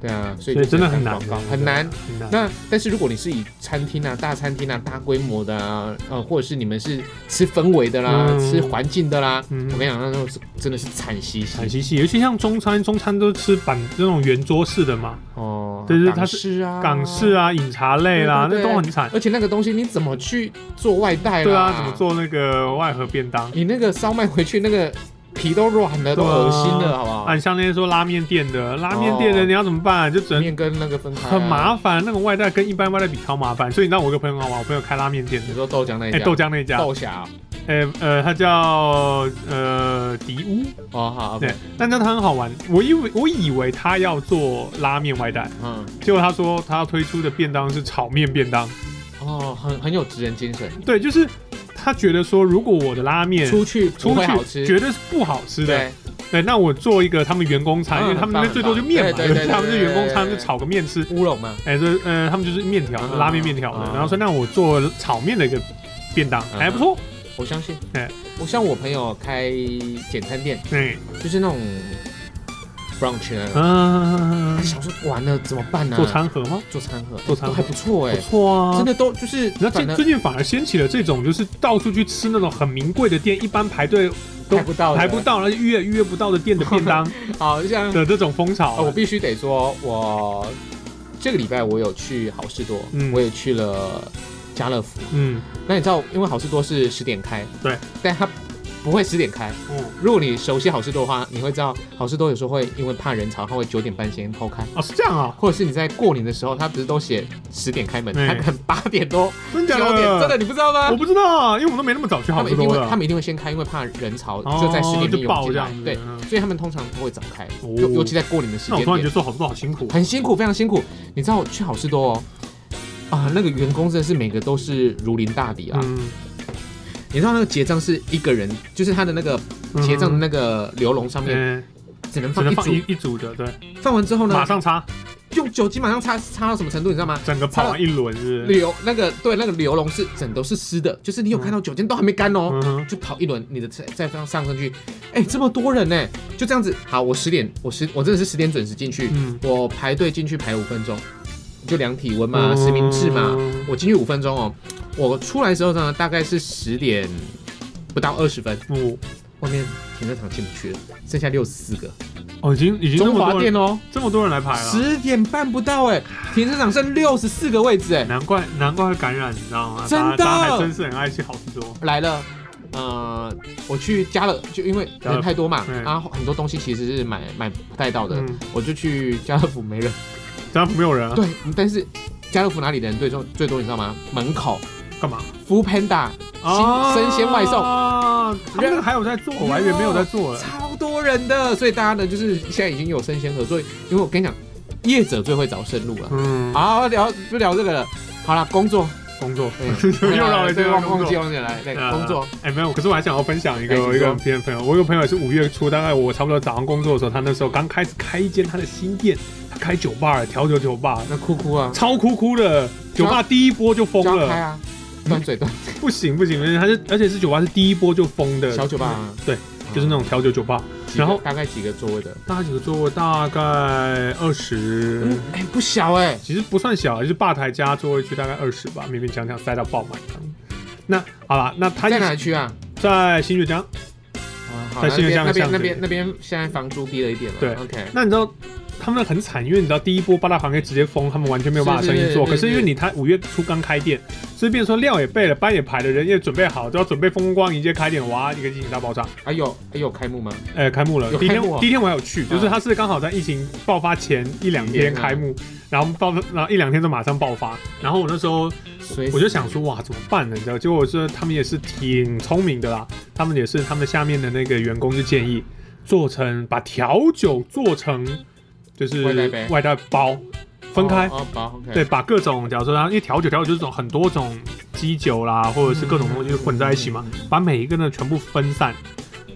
[SPEAKER 2] 对啊，所以
[SPEAKER 1] 所以
[SPEAKER 2] 就
[SPEAKER 1] 真的很
[SPEAKER 2] 这样
[SPEAKER 1] 难
[SPEAKER 2] 广告，很难。
[SPEAKER 1] 很难。
[SPEAKER 2] 那但是如果你是以餐厅啊、大餐厅啊、大规模的啊，呃，或者是你们是吃氛围的啦、
[SPEAKER 1] 嗯
[SPEAKER 2] 吃环境的啦，
[SPEAKER 1] 嗯
[SPEAKER 2] 我跟你讲，那时候是真的是惨兮兮
[SPEAKER 1] 很稀奇，尤其像中餐，中餐都吃板那种圆桌式的嘛，
[SPEAKER 2] 哦。
[SPEAKER 1] 对对它
[SPEAKER 2] 港
[SPEAKER 1] 是
[SPEAKER 2] 式啊，
[SPEAKER 1] 港式，啊、饮茶类啦，
[SPEAKER 2] 对
[SPEAKER 1] 那
[SPEAKER 2] 对对
[SPEAKER 1] 都很惨。
[SPEAKER 2] 而且那个东西你怎么去做外
[SPEAKER 1] 啊
[SPEAKER 2] 带啦？
[SPEAKER 1] 对啊，怎么？做那个外盒便当？
[SPEAKER 2] 你那个烧麦回去那个皮都软了，都
[SPEAKER 1] 对啊
[SPEAKER 2] 恶心了，好不好
[SPEAKER 1] 啊，？你像那些说拉面店的，拉面店的
[SPEAKER 2] 哦
[SPEAKER 1] 你要怎么办？啊就只能
[SPEAKER 2] 面跟那个分开啊，
[SPEAKER 1] 很麻烦，那种外带跟一般外带比超麻烦。所以你知道我有个朋友啊好吗？我朋友开拉面店
[SPEAKER 2] 你
[SPEAKER 1] 的，
[SPEAKER 2] 说豆浆那一
[SPEAKER 1] 哎、
[SPEAKER 2] 家，
[SPEAKER 1] 豆浆那一家，
[SPEAKER 2] 豆侠啊
[SPEAKER 1] 哎、呃，他叫呃迪乌，
[SPEAKER 2] 哦，好
[SPEAKER 1] 对
[SPEAKER 2] ，OK，，
[SPEAKER 1] 但那他很好玩。我以为我以为他要做拉面外带，
[SPEAKER 2] 嗯，
[SPEAKER 1] 结果他说他要推出的便当是炒面便当。
[SPEAKER 2] 哦，很很有职人精神，
[SPEAKER 1] 对，就是他觉得说，如果我的拉面
[SPEAKER 2] 出去不
[SPEAKER 1] 出
[SPEAKER 2] 会
[SPEAKER 1] 去
[SPEAKER 2] 好吃，
[SPEAKER 1] 绝对是不好吃的。
[SPEAKER 2] 对，
[SPEAKER 1] 对，那我做一个他们员工餐，
[SPEAKER 2] 嗯
[SPEAKER 1] 因为他们那边
[SPEAKER 2] 很棒
[SPEAKER 1] 最多就面嘛，
[SPEAKER 2] 很棒对对对
[SPEAKER 1] 他们是
[SPEAKER 2] 对对
[SPEAKER 1] 员工餐
[SPEAKER 2] 对
[SPEAKER 1] 就
[SPEAKER 2] 对
[SPEAKER 1] 炒个面吃。
[SPEAKER 2] 乌龙嘛，
[SPEAKER 1] 哎，这呃，他们就是面条
[SPEAKER 2] 嗯
[SPEAKER 1] 拉面面条的，
[SPEAKER 2] 嗯
[SPEAKER 1] 然后说那我做炒面的一个便当
[SPEAKER 2] 嗯
[SPEAKER 1] 还不错。
[SPEAKER 2] 我相信
[SPEAKER 1] 哎，
[SPEAKER 2] 我像我朋友开简餐店，
[SPEAKER 1] 哎，
[SPEAKER 2] 就是那种 brunch 啊，
[SPEAKER 1] 嗯
[SPEAKER 2] 他，想说完了怎么办呢？
[SPEAKER 1] 做餐盒吗？
[SPEAKER 2] 做餐盒，
[SPEAKER 1] 做餐盒
[SPEAKER 2] 都还不错
[SPEAKER 1] 不
[SPEAKER 2] 哎，
[SPEAKER 1] 错啊，
[SPEAKER 2] 真的都就是
[SPEAKER 1] 那
[SPEAKER 2] 反
[SPEAKER 1] 近
[SPEAKER 2] 正
[SPEAKER 1] 最近反而掀起了这种，就是到处去吃那种很名贵的店，一般排队都
[SPEAKER 2] 排不到的，
[SPEAKER 1] 排不到，而且预约预约不到的店的便 当
[SPEAKER 2] 好，就像
[SPEAKER 1] 的这种风潮
[SPEAKER 2] 啊，我必须得说，我这个礼拜我有去好事多，
[SPEAKER 1] 嗯
[SPEAKER 2] 我也去了家乐福。
[SPEAKER 1] 嗯
[SPEAKER 2] 那你知道，因为好事多是十点开，
[SPEAKER 1] 对，
[SPEAKER 2] 但它不会十点开。
[SPEAKER 1] 嗯，
[SPEAKER 2] 如果你熟悉好事多的话，你会知道好事多有时候会因为怕人潮，它会九点半先偷开。
[SPEAKER 1] 哦，是这样啊，
[SPEAKER 2] 或者是你在过年的时候，它不是都写十点开门，
[SPEAKER 1] 嗯
[SPEAKER 2] 它可能八点多、
[SPEAKER 1] 真
[SPEAKER 2] 九
[SPEAKER 1] 假的？
[SPEAKER 2] 点，真的你不知道
[SPEAKER 1] 我
[SPEAKER 2] 吗？
[SPEAKER 1] 不知道啊，因为我们都没那么早去
[SPEAKER 2] 他
[SPEAKER 1] 好
[SPEAKER 2] 们
[SPEAKER 1] 事
[SPEAKER 2] 一定
[SPEAKER 1] 多
[SPEAKER 2] 会，
[SPEAKER 1] 的
[SPEAKER 2] 他，们一定会先开，因为怕人潮
[SPEAKER 1] 哦
[SPEAKER 2] 就在十点
[SPEAKER 1] 就
[SPEAKER 2] 就
[SPEAKER 1] 爆这
[SPEAKER 2] 涌进
[SPEAKER 1] 样
[SPEAKER 2] 来
[SPEAKER 1] 子，，
[SPEAKER 2] 对，
[SPEAKER 1] 嗯
[SPEAKER 2] 所以他们通常都会早开，
[SPEAKER 1] 哦
[SPEAKER 2] 尤尤其在过年的时
[SPEAKER 1] 那我
[SPEAKER 2] 间
[SPEAKER 1] 突然
[SPEAKER 2] 点
[SPEAKER 1] 觉。得做好事多好辛苦，
[SPEAKER 2] 很辛苦，非常辛苦。你知道我去好事多哦，啊，那个员工真的是每个都是如临大敌啊。
[SPEAKER 1] 嗯，
[SPEAKER 2] 你知道那个结账是一个人，就是他的那个
[SPEAKER 1] 嗯
[SPEAKER 2] 结账的那个流笼上面、
[SPEAKER 1] 嗯，
[SPEAKER 2] 只能
[SPEAKER 1] 只
[SPEAKER 2] 放
[SPEAKER 1] 能
[SPEAKER 2] 一
[SPEAKER 1] 放一
[SPEAKER 2] 组，
[SPEAKER 1] 一组的，对，
[SPEAKER 2] 放完之后
[SPEAKER 1] 马
[SPEAKER 2] 呢，
[SPEAKER 1] 上擦，
[SPEAKER 2] 用酒精马上擦擦到什么程度，你知道吗？
[SPEAKER 1] 整个泡完一轮是不是，
[SPEAKER 2] 流那个对那个流笼是整都是湿的，就是你有看到酒精都还没干哦。
[SPEAKER 1] 嗯哼，
[SPEAKER 2] 就跑一轮，你的再再放上上去，哎、这么多人呢、就这样子。好，我十点，我十，我真的是十点准时进去，
[SPEAKER 1] 嗯
[SPEAKER 2] 我排队进去排五分钟，就量体温嘛，
[SPEAKER 1] 嗯
[SPEAKER 2] 实名制嘛，我进去五分钟哦，我出来之后呢，大概是十点不到二十分，
[SPEAKER 1] 我
[SPEAKER 2] 外面停车场进不去了，剩下六十四个，
[SPEAKER 1] 哦，已经已经这
[SPEAKER 2] 中
[SPEAKER 1] 么
[SPEAKER 2] 华
[SPEAKER 1] 多
[SPEAKER 2] 店
[SPEAKER 1] 人
[SPEAKER 2] 哦，
[SPEAKER 1] 这么多人来排了。
[SPEAKER 2] 十点半不到哎、停车场剩六十四个位置哎、
[SPEAKER 1] 难怪难怪会感染，你知道吗？
[SPEAKER 2] 真的
[SPEAKER 1] 大家大家还真是很爱吃好事多。
[SPEAKER 2] 来了。呃，我去加了，就因为人太多嘛，
[SPEAKER 1] 嗯
[SPEAKER 2] 然后很多东西其实是买买不带到的，
[SPEAKER 1] 嗯，
[SPEAKER 2] 我就去家乐福没人。
[SPEAKER 1] 家没有人啊，
[SPEAKER 2] 对，但是家乐福哪里的人最多最多，你知道吗？门口
[SPEAKER 1] 干嘛？
[SPEAKER 2] 福 Panda
[SPEAKER 1] 哦
[SPEAKER 2] 新生鲜外送
[SPEAKER 1] 啊，他们那个还有在做，我还以为没有在做了。
[SPEAKER 2] 超多人的，所以大家呢就是现在已经有生鲜合作，因为我跟你讲，业者最会找生路了。
[SPEAKER 1] 嗯，
[SPEAKER 2] 好，聊不聊这个了。好了，工作，
[SPEAKER 1] 工作
[SPEAKER 2] 对
[SPEAKER 1] 又绕了一
[SPEAKER 2] 哎对
[SPEAKER 1] 圈
[SPEAKER 2] 忘
[SPEAKER 1] 工
[SPEAKER 2] 忘记
[SPEAKER 1] 作。
[SPEAKER 2] 忘记来，对，
[SPEAKER 1] 呃
[SPEAKER 2] 工作，
[SPEAKER 1] 哎，没有，可是我还想要分享一个
[SPEAKER 2] 哎
[SPEAKER 1] 我一个
[SPEAKER 2] 请说
[SPEAKER 1] 别人朋友，我有个朋友也是五月初，大概我差不多早上工作的时候，他那时候刚开始开一间他的新店，他开酒吧了，调酒酒吧，
[SPEAKER 2] 那哭哭啊，
[SPEAKER 1] 超哭哭的，酒吧第一波就封
[SPEAKER 2] 就要开
[SPEAKER 1] 了，嗯
[SPEAKER 2] 啊，端嘴端
[SPEAKER 1] 不行不行，不行他是而且是酒吧是第一波就封的，
[SPEAKER 2] 小酒吧嗯啊，
[SPEAKER 1] 对，就是那种调酒酒吧，
[SPEAKER 2] 种
[SPEAKER 1] 然后
[SPEAKER 2] 大概几个座位的，
[SPEAKER 1] 大概几个座位？大概二十、
[SPEAKER 2] 嗯，哎，不小哎，
[SPEAKER 1] 其实不算小，就是吧台加座位区大概二十吧，勉勉强强塞到爆满。那好啦，那他
[SPEAKER 2] 在哪区啊？
[SPEAKER 1] 在新月江。
[SPEAKER 2] 啊，好，
[SPEAKER 1] 在
[SPEAKER 2] 那
[SPEAKER 1] 新
[SPEAKER 2] 边
[SPEAKER 1] 疆
[SPEAKER 2] 那边
[SPEAKER 1] 巷
[SPEAKER 2] 那
[SPEAKER 1] 子
[SPEAKER 2] 边那边现在房租低了一点了，
[SPEAKER 1] 对
[SPEAKER 2] ，OK，
[SPEAKER 1] 那你知道他们很惨，因为你知道第一波八大行业直接封，他们完全没有办法生意做。
[SPEAKER 2] 是
[SPEAKER 1] 可
[SPEAKER 2] 是是
[SPEAKER 1] 是因为你他五月初刚开店，所以变成说料也备了，班也排了，人也准备好，都要准备风光迎接开店。哇，一个疫情大爆炸，
[SPEAKER 2] 还啊有还有开幕吗？
[SPEAKER 1] 呃，开幕了。
[SPEAKER 2] 有
[SPEAKER 1] 第一天
[SPEAKER 2] 开幕啊
[SPEAKER 1] 第一天我还有去，就是他是刚好在疫情爆发前一两天
[SPEAKER 2] 嗯
[SPEAKER 1] 开幕，然后爆，然后一两天就马上爆发。然后我那时候
[SPEAKER 2] 所以
[SPEAKER 1] 我就想说，哇，怎么办呢？你知道，结果是他们也是挺聪明的啦，他们也是他们下面的那个员工就建议做成把调酒做成就是
[SPEAKER 2] 外带杯
[SPEAKER 1] 外带包分开。
[SPEAKER 2] 哦，哦好，OK，
[SPEAKER 1] 对，，把各种，假如说它，因为调酒，调酒就是种很多种基酒啦，或者是各种东西就混在一起
[SPEAKER 2] 嗯
[SPEAKER 1] 嘛，把每一个呢全部分散，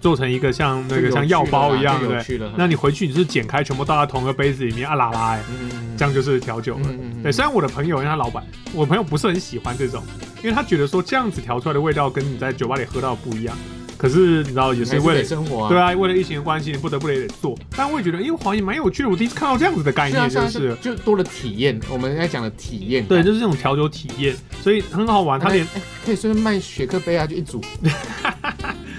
[SPEAKER 1] 做成一个像那个像药包一样，
[SPEAKER 2] 就有
[SPEAKER 1] 对。
[SPEAKER 2] 趣了啦，
[SPEAKER 1] 那你回去你就是剪开，全部倒在同一个杯子里面，啊啦啦、
[SPEAKER 2] 嗯
[SPEAKER 1] 欸，这
[SPEAKER 2] 样
[SPEAKER 1] 样就是调酒了。
[SPEAKER 2] 嗯
[SPEAKER 1] 对，虽然我的朋友，因为他老板，我朋友不是很喜欢这种，因为他觉得说这样子调出来的味道跟你在酒吧里喝到的不一样。可是你知道，也是为了
[SPEAKER 2] 生活啊，
[SPEAKER 1] 对啊，为了疫情的关系，不得不得做。但我也觉得，因为好像也蛮有趣的，我第一次看到这样子的概
[SPEAKER 2] 是啊，
[SPEAKER 1] 念，
[SPEAKER 2] 是
[SPEAKER 1] 就
[SPEAKER 2] 啊，
[SPEAKER 1] 是
[SPEAKER 2] 是就多了体验，我们在讲的体验感，
[SPEAKER 1] 对，就是这种调
[SPEAKER 2] 哎
[SPEAKER 1] 酒体验，所以很好玩。他连
[SPEAKER 2] 哎可以顺便卖雪克杯啊，就一组，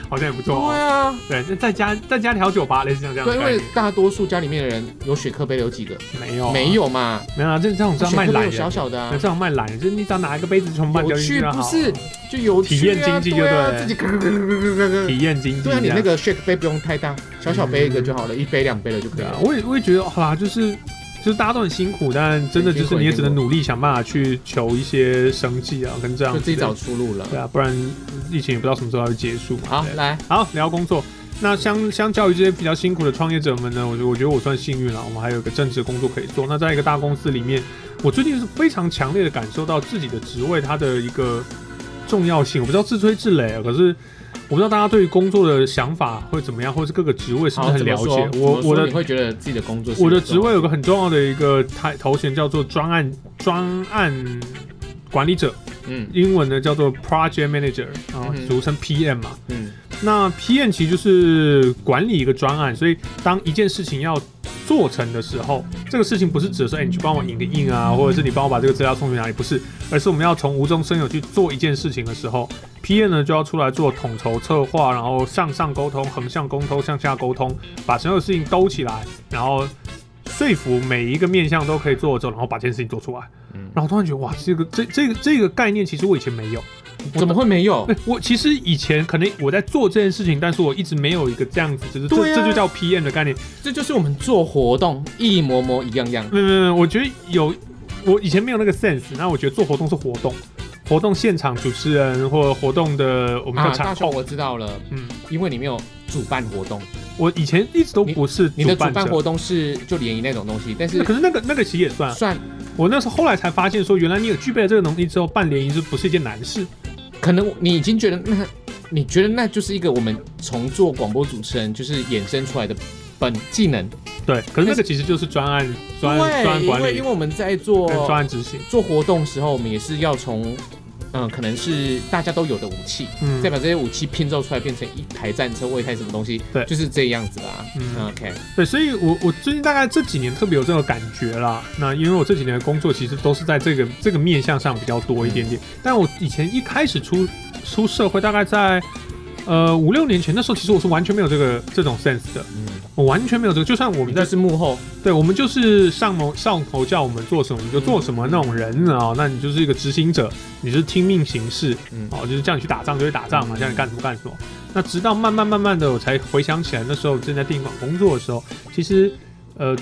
[SPEAKER 1] 好像也不
[SPEAKER 2] 对
[SPEAKER 1] 错哦。
[SPEAKER 2] 啊，
[SPEAKER 1] 对，那在家在家里还有酒吧，类似像这样的
[SPEAKER 2] 对，因
[SPEAKER 1] 概念。
[SPEAKER 2] 为大多数家里面的人有雪克杯的有几个？
[SPEAKER 1] 没有啊
[SPEAKER 2] 没有嘛，
[SPEAKER 1] 没有啊，这这种是要
[SPEAKER 2] 雪
[SPEAKER 1] 卖
[SPEAKER 2] 克杯
[SPEAKER 1] 懒
[SPEAKER 2] 有小
[SPEAKER 1] 人，
[SPEAKER 2] 小的
[SPEAKER 1] 那
[SPEAKER 2] 啊
[SPEAKER 1] 这。种卖懒人，就是你只要拿一个杯子从半掉
[SPEAKER 2] 有
[SPEAKER 1] 进去
[SPEAKER 2] 趣
[SPEAKER 1] 就好
[SPEAKER 2] 不是就有趣
[SPEAKER 1] 啊
[SPEAKER 2] 啊
[SPEAKER 1] 体验经济就
[SPEAKER 2] 对
[SPEAKER 1] 对
[SPEAKER 2] 啊，
[SPEAKER 1] 了
[SPEAKER 2] 自己咯咯咯咯咯咯咯
[SPEAKER 1] 体验经济这
[SPEAKER 2] 对啊，
[SPEAKER 1] 样。
[SPEAKER 2] 你那个 shake 杯不用太大，小小杯一个就好了，一杯两杯的就可以
[SPEAKER 1] 对啊
[SPEAKER 2] 了，。
[SPEAKER 1] 我也我也觉得，好啦，就是就是大家都很辛苦，但真的就是你也只能努力想办法去求一些生计啊，跟这样
[SPEAKER 2] 就
[SPEAKER 1] 子
[SPEAKER 2] 自己找出路了。
[SPEAKER 1] 对啊，不然疫情也不知道什么时候会结束嘛。
[SPEAKER 2] 好，
[SPEAKER 1] 对啊
[SPEAKER 2] 来，
[SPEAKER 1] 好聊工作。那相相较于这些比较辛苦的创业者们呢，我觉得我觉得我算幸运了，我们还有一个正职工作可以做。那在一个大公司里面，我最近是非常强烈的感受到自己的职位它的一个重要性。我不知道自吹自擂啊，可是我不知道大家对于工作的想法会怎么样，或是各个职位是不
[SPEAKER 2] 好
[SPEAKER 1] 是很
[SPEAKER 2] 怎
[SPEAKER 1] 了
[SPEAKER 2] 么说
[SPEAKER 1] 解？
[SPEAKER 2] 怎
[SPEAKER 1] 我
[SPEAKER 2] 么说
[SPEAKER 1] 我的
[SPEAKER 2] 你会觉得自己的工作是
[SPEAKER 1] 我的
[SPEAKER 2] 有
[SPEAKER 1] 职位有个很重要的一个台头衔叫做专案专案管理者，
[SPEAKER 2] 嗯
[SPEAKER 1] 英文呢叫做 Project Manager，然后
[SPEAKER 2] 嗯哼
[SPEAKER 1] 俗称 PM 嘛。
[SPEAKER 2] 嗯
[SPEAKER 1] 那 PM 其实就是管理一个专案，所以当一件事情要做成的时候，这个事情不是指的说，哎、你去帮我影个印啊，或者是你帮我把这个资料送去哪里，不是，而是我们要从无中生有去做一件事情的时候，PM 呢就要出来做统筹策划，然后上上沟通、横向沟通、向下沟通，把所有事情兜起来，然后说服每一个面向都可以做走，然后把这件事情做出来。
[SPEAKER 2] 嗯，
[SPEAKER 1] 然后突然觉得，哇，这个这这个这个概念，其实我以前没有。
[SPEAKER 2] 怎么会没有？
[SPEAKER 1] 对我其实以前可能我在做这件事情，但是我一直没有一个这样子，就是这、
[SPEAKER 2] 对啊
[SPEAKER 1] 这就叫 PM 的概念。
[SPEAKER 2] 这就是我们做活动一模模一样样。
[SPEAKER 1] 没有没有没有，我觉得有我以前没有那个 sense，那我觉得做活动是活动，活动现场主持人或活动的我们叫
[SPEAKER 2] 啊，
[SPEAKER 1] 场
[SPEAKER 2] 大雄
[SPEAKER 1] 控。
[SPEAKER 2] 我知道了，
[SPEAKER 1] 嗯，
[SPEAKER 2] 因为你没有主办活动，
[SPEAKER 1] 我以前一直都不是
[SPEAKER 2] 你的主
[SPEAKER 1] 办
[SPEAKER 2] 办
[SPEAKER 1] 者。
[SPEAKER 2] 活动是就联谊那种东西，但
[SPEAKER 1] 那
[SPEAKER 2] 是
[SPEAKER 1] 可是那个那个其实也算啊，
[SPEAKER 2] 算
[SPEAKER 1] 我那时候后来才发现说，原来你有具备了这个能力之后，办联谊是不是一件难事？
[SPEAKER 2] 可能你已经觉得那，你觉得那就是一个我们从做广播主持人就是衍生出来的本技能，
[SPEAKER 1] 对，可是那
[SPEAKER 2] 但
[SPEAKER 1] 个
[SPEAKER 2] 是
[SPEAKER 1] 其实就是专案专
[SPEAKER 2] 对
[SPEAKER 1] 专案
[SPEAKER 2] 因
[SPEAKER 1] 管
[SPEAKER 2] 为
[SPEAKER 1] 理
[SPEAKER 2] 因为我们在做
[SPEAKER 1] 跟专案执行。
[SPEAKER 2] 做活动的时候，我们也是要从。嗯，可能是大家都有的武器，
[SPEAKER 1] 嗯
[SPEAKER 2] 再把这些武器拼凑出来，变成一台战车或一台什么东西，
[SPEAKER 1] 对
[SPEAKER 2] 就是这样子啦。
[SPEAKER 1] 嗯
[SPEAKER 2] OK，
[SPEAKER 1] 对，所以我我最近大概这几年特别有这种感觉啦。那因为我这几年的工作其实都是在这个这个面向上比较多一点点，但我以前一开始出出社会，大概在呃五六年前，那时候其实我是完全没有这个这种 sense 的，
[SPEAKER 2] 嗯，
[SPEAKER 1] 我完全没有这个。就算我
[SPEAKER 2] 你
[SPEAKER 1] 们
[SPEAKER 2] 就
[SPEAKER 1] 在
[SPEAKER 2] 是幕后，
[SPEAKER 1] 对我们就是上头上头叫我们做什么你就做什么那种人啊、那你就是一个执行者，你是听命行事，
[SPEAKER 2] 嗯，
[SPEAKER 1] 哦，就是叫你去打仗就去打仗嘛，
[SPEAKER 2] 嗯
[SPEAKER 1] 叫你干什么干什么。那直到慢慢慢慢的，我才回想起来，那时候正在电影馆工作的时候，其实，呃，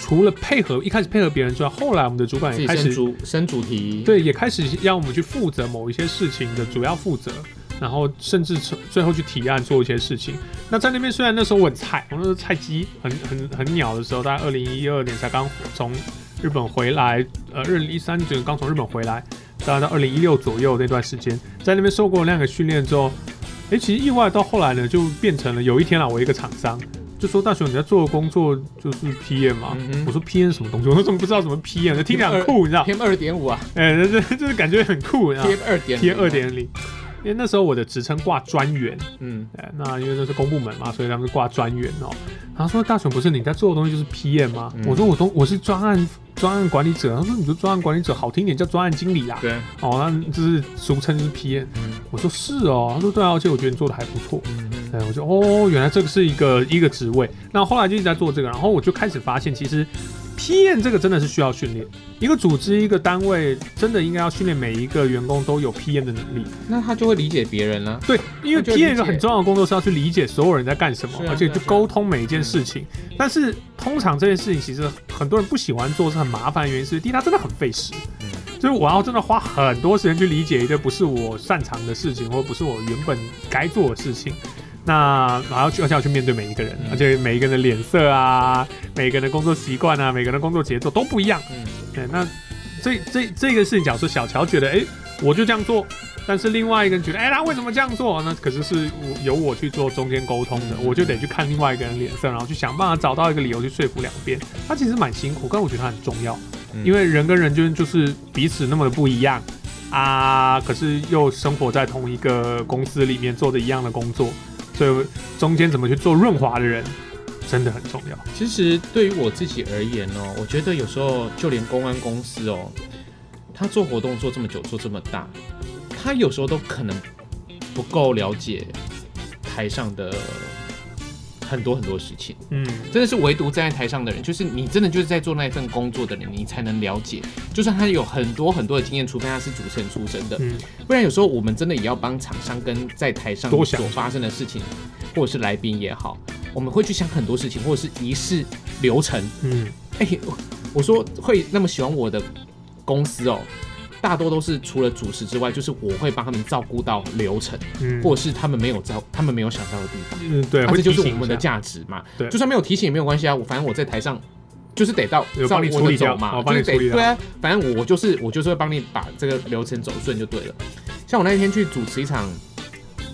[SPEAKER 1] 除了配合一开始配合别人之外，后来我们的主管
[SPEAKER 2] 自
[SPEAKER 1] 也
[SPEAKER 2] 己
[SPEAKER 1] 哎开
[SPEAKER 2] 升
[SPEAKER 1] 始
[SPEAKER 2] 主升主题，，
[SPEAKER 1] 对，也开始让我们去负责某一些事情的主要负责，然后甚至最后去提案做一些事情。那在那边虽然那时候我很菜，我那时候菜鸡，很很很鸟的时候，大概二零一二年才刚从日本回来，呃，二零一三年刚从日本回来，大概到二零一六左右那段时间，在那边受过那个训练之后，诶，其实意外到后来呢，就变成了有一天啊，我一个厂商就说大雄你在做的工作就是 PM 嘛。
[SPEAKER 2] 嗯
[SPEAKER 1] 我说 PM 什么东西？我说怎么不知道什么 PM？就听起来很酷，你知道
[SPEAKER 2] 哼？，PM 二点五啊
[SPEAKER 1] 哎、这这这感觉很酷，然后
[SPEAKER 2] ，PM 二点
[SPEAKER 1] 啊
[SPEAKER 2] 啊
[SPEAKER 1] T 二，点零。因为那时候我的职称挂专员，
[SPEAKER 2] 嗯，
[SPEAKER 1] 哎，那因为那是公部门嘛，所以他们是挂专员哦。然后说大雄不是你在做的东西就是 PM 吗？
[SPEAKER 2] 嗯
[SPEAKER 1] 我说我都我是专案专案管理者，他说你就专案管理者好听一点叫专案经理啦。
[SPEAKER 2] 对，
[SPEAKER 1] 哦，那就是俗称就是 PM。
[SPEAKER 2] 嗯
[SPEAKER 1] 我说是哦，他说对啊，而且我觉得你做的还不错。
[SPEAKER 2] 嗯
[SPEAKER 1] 哎，我就哦，原来这个是一个一个职位。那后来就一直在做这个，然后我就开始发现，其实 PM 这个真的是需要训练。一个组织、一个单位，真的应该要训练每一个员工都有 PM 的能力。
[SPEAKER 2] 那他就会理解别人啦、
[SPEAKER 1] 对，因为
[SPEAKER 2] 啊那就理解
[SPEAKER 1] PM 一个很重要的工作是要去理解所有人在干什么，
[SPEAKER 2] 是啊
[SPEAKER 1] 而且
[SPEAKER 2] 是啊
[SPEAKER 1] 去
[SPEAKER 2] 是啊
[SPEAKER 1] 沟通每一件事情。但是通常这件事情其实很多人不喜欢做，是很麻烦的原因是，第一它真的很费时。
[SPEAKER 2] 嗯
[SPEAKER 1] 就是我要真的花很多时间去理解一个不是我擅长的事情，或不是我原本该做的事情。那然后去，而且要去面对每一个人，
[SPEAKER 2] 嗯
[SPEAKER 1] 而且每一个人的脸色啊，每个人的工作习惯啊，每个人的工作节奏都不一样。
[SPEAKER 2] 嗯，
[SPEAKER 1] 对，那这这这个事情，假如说小乔觉得，哎、我就这样做，但是另外一个人觉得，哎、他为什么这样做？那可是是我由我去做中间沟通的，
[SPEAKER 2] 嗯
[SPEAKER 1] 我就得去看另外一个人脸色，然后去想办法找到一个理由去说服两边。他其实蛮辛苦，但我觉得他很重要，
[SPEAKER 2] 嗯
[SPEAKER 1] 因为人跟人之间就是彼此那么的不一样啊，可是又生活在同一个公司里面，做着一样的工作，所以中间怎么去做润滑的人，真的很重要。
[SPEAKER 2] 其实对于我自己而言哦，我觉得有时候就连公安公司哦，他做活动做这么久，做这么大，他有时候都可能不够了解台上的很多很多事情。
[SPEAKER 1] 嗯，
[SPEAKER 2] 真的是唯独站在台上的人，就是你真的就是在做那一份工作的人，你才能了解。就算他有很多很多的经验，除非他是主持人出身的，
[SPEAKER 1] 嗯
[SPEAKER 2] 不然有时候我们真的也要帮厂商跟在台上
[SPEAKER 1] 多
[SPEAKER 2] 所
[SPEAKER 1] 想
[SPEAKER 2] 发生的事情，或者是来宾也好，我们会去想很多事情，或者是仪式流程。
[SPEAKER 1] 嗯，
[SPEAKER 2] 哎、我我说会那么喜欢我的公司哦，大多都是除了主持之外，就是我会帮他们照顾到流程，
[SPEAKER 1] 嗯，
[SPEAKER 2] 或者是他们没有照，他们没有想到的地方。
[SPEAKER 1] 嗯，对，
[SPEAKER 2] 啊、
[SPEAKER 1] 会
[SPEAKER 2] 这就
[SPEAKER 1] 提
[SPEAKER 2] 是
[SPEAKER 1] 醒
[SPEAKER 2] 我们的
[SPEAKER 1] 一下，
[SPEAKER 2] 价值嘛。
[SPEAKER 1] 对
[SPEAKER 2] 就算没有提醒也没有关系啊，我反正我在台上就是得到
[SPEAKER 1] 有
[SPEAKER 2] 照
[SPEAKER 1] 帮你
[SPEAKER 2] 我
[SPEAKER 1] 处理
[SPEAKER 2] 的
[SPEAKER 1] 掉
[SPEAKER 2] 走嘛，
[SPEAKER 1] 哦
[SPEAKER 2] 就
[SPEAKER 1] 帮你
[SPEAKER 2] 是
[SPEAKER 1] 处
[SPEAKER 2] 得
[SPEAKER 1] 理掉
[SPEAKER 2] 对啊，反正我就是我就是会帮你把这个流程走顺就对了。像我那一天去主持一场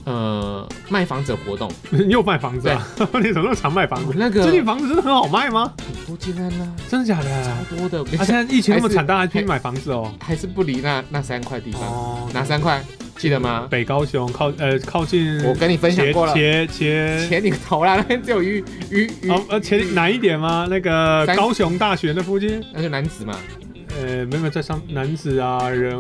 [SPEAKER 2] 呃卖房子的活动，
[SPEAKER 1] 你有卖房子啊？ 你怎么那么常卖房
[SPEAKER 2] 我
[SPEAKER 1] 子？
[SPEAKER 2] 那个
[SPEAKER 1] 最近房子真的很好卖吗？
[SPEAKER 2] 很多金安啦，
[SPEAKER 1] 真的假的？
[SPEAKER 2] 超
[SPEAKER 1] 啊，
[SPEAKER 2] 多的，没
[SPEAKER 1] 现在疫情那么惨，大家还去
[SPEAKER 2] 还
[SPEAKER 1] 买房子哦。
[SPEAKER 2] 还是不离那那三块 地方，
[SPEAKER 1] 哦，
[SPEAKER 2] 哪三块记得吗？
[SPEAKER 1] 北高雄靠呃靠近，
[SPEAKER 2] 我跟你分享过了，
[SPEAKER 1] 前前前
[SPEAKER 2] 钱你个头啦，那边只有鱼鱼鱼
[SPEAKER 1] 哦，呃前哪一点吗？那个
[SPEAKER 2] 三
[SPEAKER 1] 高雄大学那附近，
[SPEAKER 2] 那就男子嘛，
[SPEAKER 1] 呃，没有没有在上男子啊，人人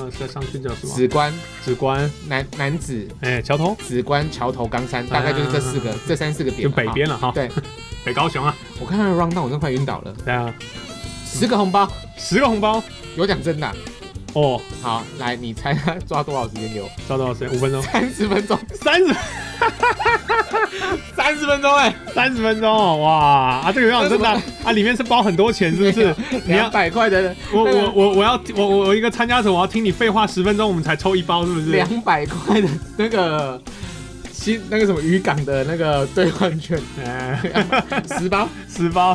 [SPEAKER 1] 啊，在上去叫什么？
[SPEAKER 2] 紫关
[SPEAKER 1] 紫关，
[SPEAKER 2] 男男子
[SPEAKER 1] 哎，桥头
[SPEAKER 2] 紫关、桥头、冈山，大概就是这四
[SPEAKER 1] 嗯
[SPEAKER 2] 个、这三四个点
[SPEAKER 1] 就
[SPEAKER 2] 嘛。
[SPEAKER 1] 北边了哈
[SPEAKER 2] 哈。，对，
[SPEAKER 1] 北高雄啊，
[SPEAKER 2] 我看到 round down，我真的快晕倒了。
[SPEAKER 1] 对啊，
[SPEAKER 2] 十个红包，
[SPEAKER 1] 十个红包
[SPEAKER 2] 有奖真的啊、
[SPEAKER 1] 哦，
[SPEAKER 2] 好，来，你猜他抓多少时间给我？
[SPEAKER 1] 抓到谁？五分钟，
[SPEAKER 2] 三十分钟，
[SPEAKER 1] 三十
[SPEAKER 2] 三十分钟哎、
[SPEAKER 1] 三十分钟哦，哇啊，这个有点真的啊啊，里面是包很多钱是不是？ 你
[SPEAKER 2] 两
[SPEAKER 1] 要
[SPEAKER 2] 百块的，
[SPEAKER 1] 我我我我要我我我一个参加者，我要听你废话十分钟，我们才抽一包是不是？
[SPEAKER 2] 两百块的那个新那个什么渔港的那个兑换 券，
[SPEAKER 1] 哎，
[SPEAKER 2] 十包，
[SPEAKER 1] 十包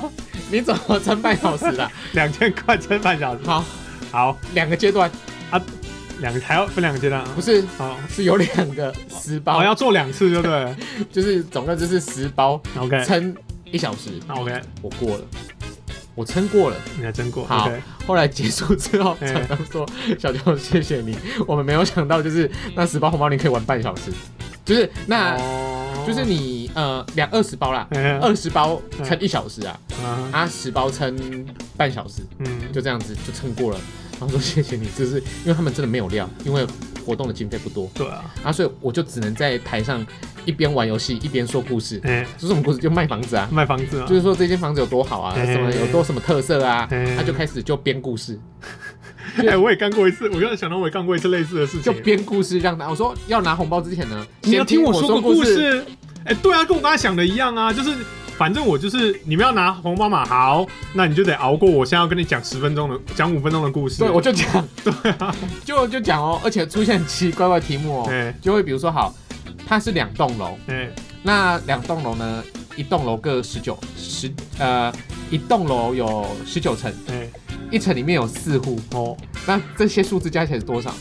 [SPEAKER 2] 你怎么撑半小时的？
[SPEAKER 1] 两千块撑半小时，
[SPEAKER 2] 好，
[SPEAKER 1] 好，
[SPEAKER 2] 两个阶段，
[SPEAKER 1] 两个还要分两个阶段啊
[SPEAKER 2] 不。是
[SPEAKER 1] 好，
[SPEAKER 2] 是有两个十包，
[SPEAKER 1] 我哦要做两次，对不对
[SPEAKER 2] 就是总共就是十包，
[SPEAKER 1] ？OK，
[SPEAKER 2] 撑一小时，
[SPEAKER 1] 那 OK，
[SPEAKER 2] 我过了，我撑过了。
[SPEAKER 1] 你还真过。
[SPEAKER 2] 好
[SPEAKER 1] OK，
[SPEAKER 2] 后来结束之后，
[SPEAKER 1] 哎
[SPEAKER 2] 厂商说：“小乔，谢谢你，我们没有想到，就是那十包红包你可以玩半小时，就是那，
[SPEAKER 1] 哦
[SPEAKER 2] 就是你呃两二十包啦，
[SPEAKER 1] 哎
[SPEAKER 2] 二十包撑一小时啊，
[SPEAKER 1] 啊
[SPEAKER 2] 啊十包撑半小时，
[SPEAKER 1] 嗯，
[SPEAKER 2] 就这样子就撑过了。”然后说：“谢谢你，就是因为他们真的没有料，因为活动的经费不多
[SPEAKER 1] 对啊，
[SPEAKER 2] 啊，所以我就只能在台上一边玩游戏一边说故事，
[SPEAKER 1] 哎，
[SPEAKER 2] 就是我们故事就卖房子啊。”
[SPEAKER 1] 卖房子啊
[SPEAKER 2] 就，是说这间房子有多好啊，
[SPEAKER 1] 哎
[SPEAKER 2] 什么有多什么特色啊，
[SPEAKER 1] 哎
[SPEAKER 2] 他就开始就编故事，
[SPEAKER 1] 哎，我也干过一次，我刚才想到我也干过一次类似的事
[SPEAKER 2] 就
[SPEAKER 1] 情。
[SPEAKER 2] 编故事让他。我说要拿红包之前呢，
[SPEAKER 1] 你要
[SPEAKER 2] 先
[SPEAKER 1] 听
[SPEAKER 2] 我
[SPEAKER 1] 我说个故
[SPEAKER 2] 故，
[SPEAKER 1] 事。哎，对啊，跟我刚才想的一样啊，就是反正我就是你们要拿红包嘛，好，那你就得熬过我现在要跟你讲十分钟的，讲五分钟的故事。
[SPEAKER 2] 对，我就讲， 对啊，就就讲哦，而且出现奇奇怪怪的题目哦，
[SPEAKER 1] 哎
[SPEAKER 2] 就会比如说好，它是两栋楼，
[SPEAKER 1] 哎
[SPEAKER 2] 那两栋楼呢，一栋楼各十九十呃，一栋楼有十九层，
[SPEAKER 1] 哎
[SPEAKER 2] 一层里面有四户，
[SPEAKER 1] 哦，
[SPEAKER 2] 那这些数字加起来是多少？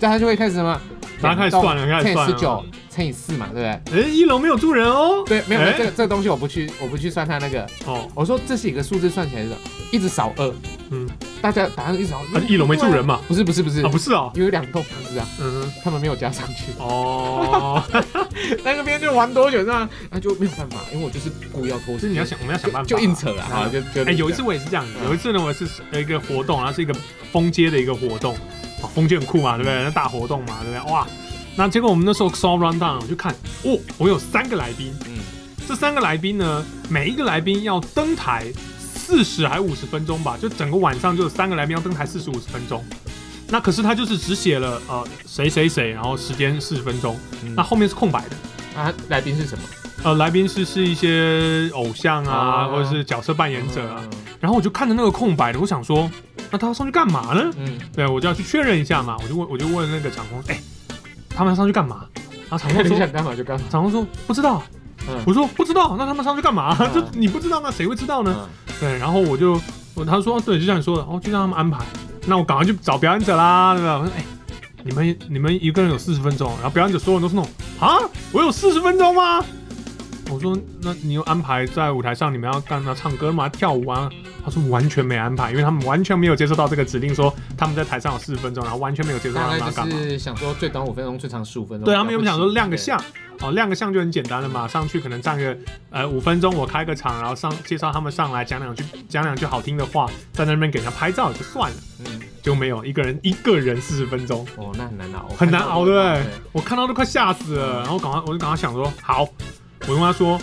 [SPEAKER 2] 这样他就会开始什么？
[SPEAKER 1] 然后开始算了，开
[SPEAKER 2] 乘
[SPEAKER 1] 始
[SPEAKER 2] 以
[SPEAKER 1] 算
[SPEAKER 2] 十
[SPEAKER 1] 了。啊
[SPEAKER 2] 九乘以四嘛，对不对？
[SPEAKER 1] 哎，一楼没有住人哦。
[SPEAKER 2] 对，没有、
[SPEAKER 1] 哎
[SPEAKER 2] 这个这个东西我不去，我不去算它那个。
[SPEAKER 1] 哦，
[SPEAKER 2] 我说这是一个数字算起来的，一直少二，
[SPEAKER 1] 嗯，
[SPEAKER 2] 大家答案一直少
[SPEAKER 1] 啊
[SPEAKER 2] 二。
[SPEAKER 1] 一楼没住人嘛？
[SPEAKER 2] 不是不是不是，
[SPEAKER 1] 啊，不是哦，
[SPEAKER 2] 因为有两栋房子啊，
[SPEAKER 1] 嗯，。
[SPEAKER 2] 他们没有加上去
[SPEAKER 1] 哦，
[SPEAKER 2] 那个边就玩多久是吧？那就没有办法，因为我就是故意要拖
[SPEAKER 1] 所
[SPEAKER 2] 时
[SPEAKER 1] 以你要想，
[SPEAKER 2] 间，
[SPEAKER 1] 我们要想办法，啊
[SPEAKER 2] 就硬扯了，啊
[SPEAKER 1] 好
[SPEAKER 2] 好就就。
[SPEAKER 1] 哎、有一次我也是这样子，有一次呢，我是呃一个活动，然后是一个封街的一个活动，啊，封街很酷嘛，对不对？那大活动嘛，对不对？哇，那结果我们那时候 s o round down，我就看，哦，我有三个来宾，
[SPEAKER 2] 嗯
[SPEAKER 1] 这三个来宾呢，每一个来宾要登台四十还五十分钟吧，就整个晚上就有三个来宾要登台四十五十分钟。那可是他就是只写了呃谁谁谁，然后时间四十分钟，
[SPEAKER 2] 嗯
[SPEAKER 1] 那后面是空白的。
[SPEAKER 2] 啊，来宾是什么？
[SPEAKER 1] 呃，来宾是是一些偶像啊，
[SPEAKER 2] 哦
[SPEAKER 1] 或者是角色扮演者啊。然后我就看着那个空白的，我想说，那他要上去干嘛呢？
[SPEAKER 2] 嗯，
[SPEAKER 1] 对，我就要去确认一下嘛。我就问，我就问那个场控，哎、他们要上去干嘛？然后场控
[SPEAKER 2] 嗯，你
[SPEAKER 1] 说，
[SPEAKER 2] 想干嘛就干嘛。
[SPEAKER 1] 场控说不知道。
[SPEAKER 2] 嗯
[SPEAKER 1] 我说不知道，那他们上去干嘛？
[SPEAKER 2] 嗯
[SPEAKER 1] 就你不知道，那谁会知道呢？
[SPEAKER 2] 嗯
[SPEAKER 1] 对，然后我就，我他说对，就像你说的，哦，就让他们安排。那我赶快去找表演者啦，对吧？我说，哎、你们你们一个人有四十分钟，然后表演者所有人都是那种啊，我有四十分钟吗？我说，那你有安排在舞台上你们要干嘛？唱歌吗？跳舞啊？他说完全没安排，因为他们完全没有接收到这个指令，说他们在台上有四十分钟，然后完全没有接收到他
[SPEAKER 2] 大
[SPEAKER 1] 们要
[SPEAKER 2] 概
[SPEAKER 1] 干
[SPEAKER 2] 就
[SPEAKER 1] 嘛。
[SPEAKER 2] 是想说最短五分钟，最长十五分钟。
[SPEAKER 1] 对他们原本想说亮个
[SPEAKER 2] 对
[SPEAKER 1] 相，哦，亮个相就很简单了嘛，上去可能站个呃五分钟，我开个场，然后上介绍他们上来讲两句讲两句好听的话，在那边给人家拍照也就算了。
[SPEAKER 2] 嗯，
[SPEAKER 1] 就没有一个人一个人四十分钟，
[SPEAKER 2] 哦，那很难熬，
[SPEAKER 1] 很难熬，对不对
[SPEAKER 2] 对？？
[SPEAKER 1] 我看到都快吓死了，然后赶快我就赶快想说，好，我跟他说，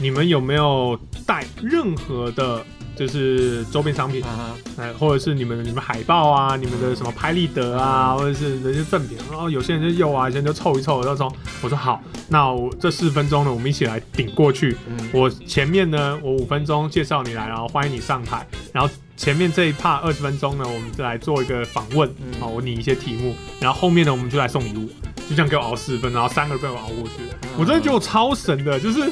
[SPEAKER 1] 你们有没有带任何的，就是周边商品，
[SPEAKER 2] 啊
[SPEAKER 1] 哎，或者是你们你们海报啊，你们的什么拍立得啊，或者是那些赠品，然后有些人就有啊，有些人就凑一凑，然后说，我说好，那我这四十分钟呢，我们一起来顶过去，
[SPEAKER 2] 嗯，
[SPEAKER 1] 我前面呢，我五分钟介绍你来，然后欢迎你上台。然后前面这一 part 二十分钟呢，我们就来做一个访问，
[SPEAKER 2] 嗯
[SPEAKER 1] 好，我拟一些题目。然后后面呢，我们就来送礼物，就这样给我熬四十分，然后三个被我熬过去。我真的觉得我超神的，就是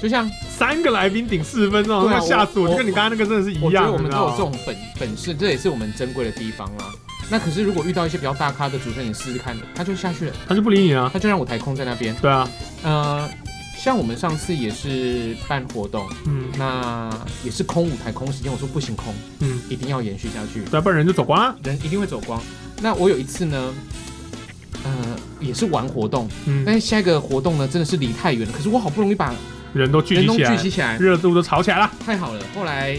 [SPEAKER 2] 就像
[SPEAKER 1] 三个来宾顶四十分钟，
[SPEAKER 2] 对啊
[SPEAKER 1] 那个吓死我，
[SPEAKER 2] 我
[SPEAKER 1] 就跟你刚刚那个真的是一
[SPEAKER 2] 我觉
[SPEAKER 1] 样，
[SPEAKER 2] 得我们
[SPEAKER 1] 你
[SPEAKER 2] 都
[SPEAKER 1] 知道
[SPEAKER 2] 有
[SPEAKER 1] 吗
[SPEAKER 2] 这种本本事，这也是我们珍贵的地方啦。那可是如果遇到一些比较大咖的主持人，你试试看，他就下去了，
[SPEAKER 1] 他就不理你啊，
[SPEAKER 2] 他就让舞台空在那边。
[SPEAKER 1] 对啊，
[SPEAKER 2] 呃，像我们上次也是办活动，
[SPEAKER 1] 嗯
[SPEAKER 2] 那也是空舞台空时间，我说不行空，
[SPEAKER 1] 嗯，
[SPEAKER 2] 一定要延续下去，
[SPEAKER 1] 对啊，不然人就走光啊，
[SPEAKER 2] 人一定会走光。那我有一次呢，呃，也是玩活动，
[SPEAKER 1] 嗯，
[SPEAKER 2] 但是下一个活动呢真的是离太远了，可是我好不容易把
[SPEAKER 1] 人都聚
[SPEAKER 2] 人
[SPEAKER 1] 集
[SPEAKER 2] 都
[SPEAKER 1] 起
[SPEAKER 2] 聚
[SPEAKER 1] 来，
[SPEAKER 2] 集起来，
[SPEAKER 1] 热度都炒起来了，
[SPEAKER 2] 太好了。后来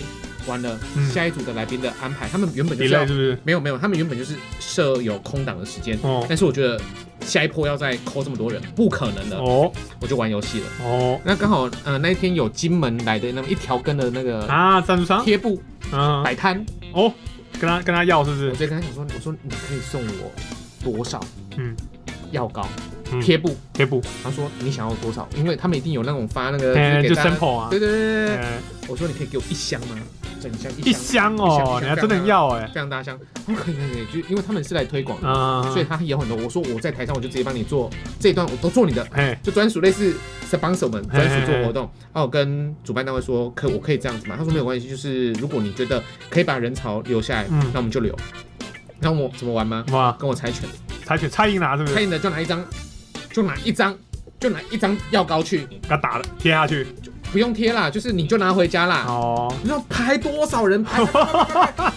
[SPEAKER 2] 完了，
[SPEAKER 1] 嗯
[SPEAKER 2] 下一组的来宾的安排，他们原本就
[SPEAKER 1] 你
[SPEAKER 2] 是要
[SPEAKER 1] 累是不是？
[SPEAKER 2] 没有没有，他们原本就是设有空档的时间，
[SPEAKER 1] 哦
[SPEAKER 2] 但是我觉得下一波要再扣这么多人，不可能的，
[SPEAKER 1] 哦
[SPEAKER 2] 我就玩游戏了。
[SPEAKER 1] 哦
[SPEAKER 2] 那刚好呃那一天有金门来的那么一条根的那个
[SPEAKER 1] 啊，赞助商，
[SPEAKER 2] 贴布
[SPEAKER 1] 嗯，
[SPEAKER 2] 摆摊，
[SPEAKER 1] 哦，跟他跟他要是不是
[SPEAKER 2] 我直？接跟他讲说，我说你可以送我多少？
[SPEAKER 1] 嗯，
[SPEAKER 2] 药膏
[SPEAKER 1] 嗯
[SPEAKER 2] 贴布，
[SPEAKER 1] 贴补，
[SPEAKER 2] 他说你想要多少？因为他们一定有那种发那个，
[SPEAKER 1] 哎，
[SPEAKER 2] 呃
[SPEAKER 1] 就
[SPEAKER 2] 是给大家
[SPEAKER 1] sample 啊，
[SPEAKER 2] 对对对对对，
[SPEAKER 1] 哎
[SPEAKER 2] 我说你可以给我一箱吗？整箱
[SPEAKER 1] 一
[SPEAKER 2] 一
[SPEAKER 1] 箱
[SPEAKER 2] 箱，
[SPEAKER 1] 哦，你还真的很要哎，
[SPEAKER 2] 非常大箱。我说可以可以可以，就因为他们是来推广的，
[SPEAKER 1] 嗯，
[SPEAKER 2] 所以他有很多。我说我在台上我就直接帮你做这一段，我都做你的，
[SPEAKER 1] 哎，
[SPEAKER 2] 就专属类似 sponsor 们
[SPEAKER 1] 嘿嘿
[SPEAKER 2] 专属做活动。然后我跟主办单位说，可我可以这样子吗？他说没有关系，就是如果你觉得可以把人潮留下来，
[SPEAKER 1] 嗯
[SPEAKER 2] 那我们就留。那我怎么玩吗？
[SPEAKER 1] 哇，
[SPEAKER 2] 跟我猜拳，
[SPEAKER 1] 猜拳蔡英拿是不是？
[SPEAKER 2] 猜
[SPEAKER 1] 给
[SPEAKER 2] 赢的就拿一张，就拿一张，就拿一张药膏去，
[SPEAKER 1] 他打了，贴下去，
[SPEAKER 2] 不用贴啦，就是你就拿回家啦。
[SPEAKER 1] 哦，
[SPEAKER 2] 你知道排多少人排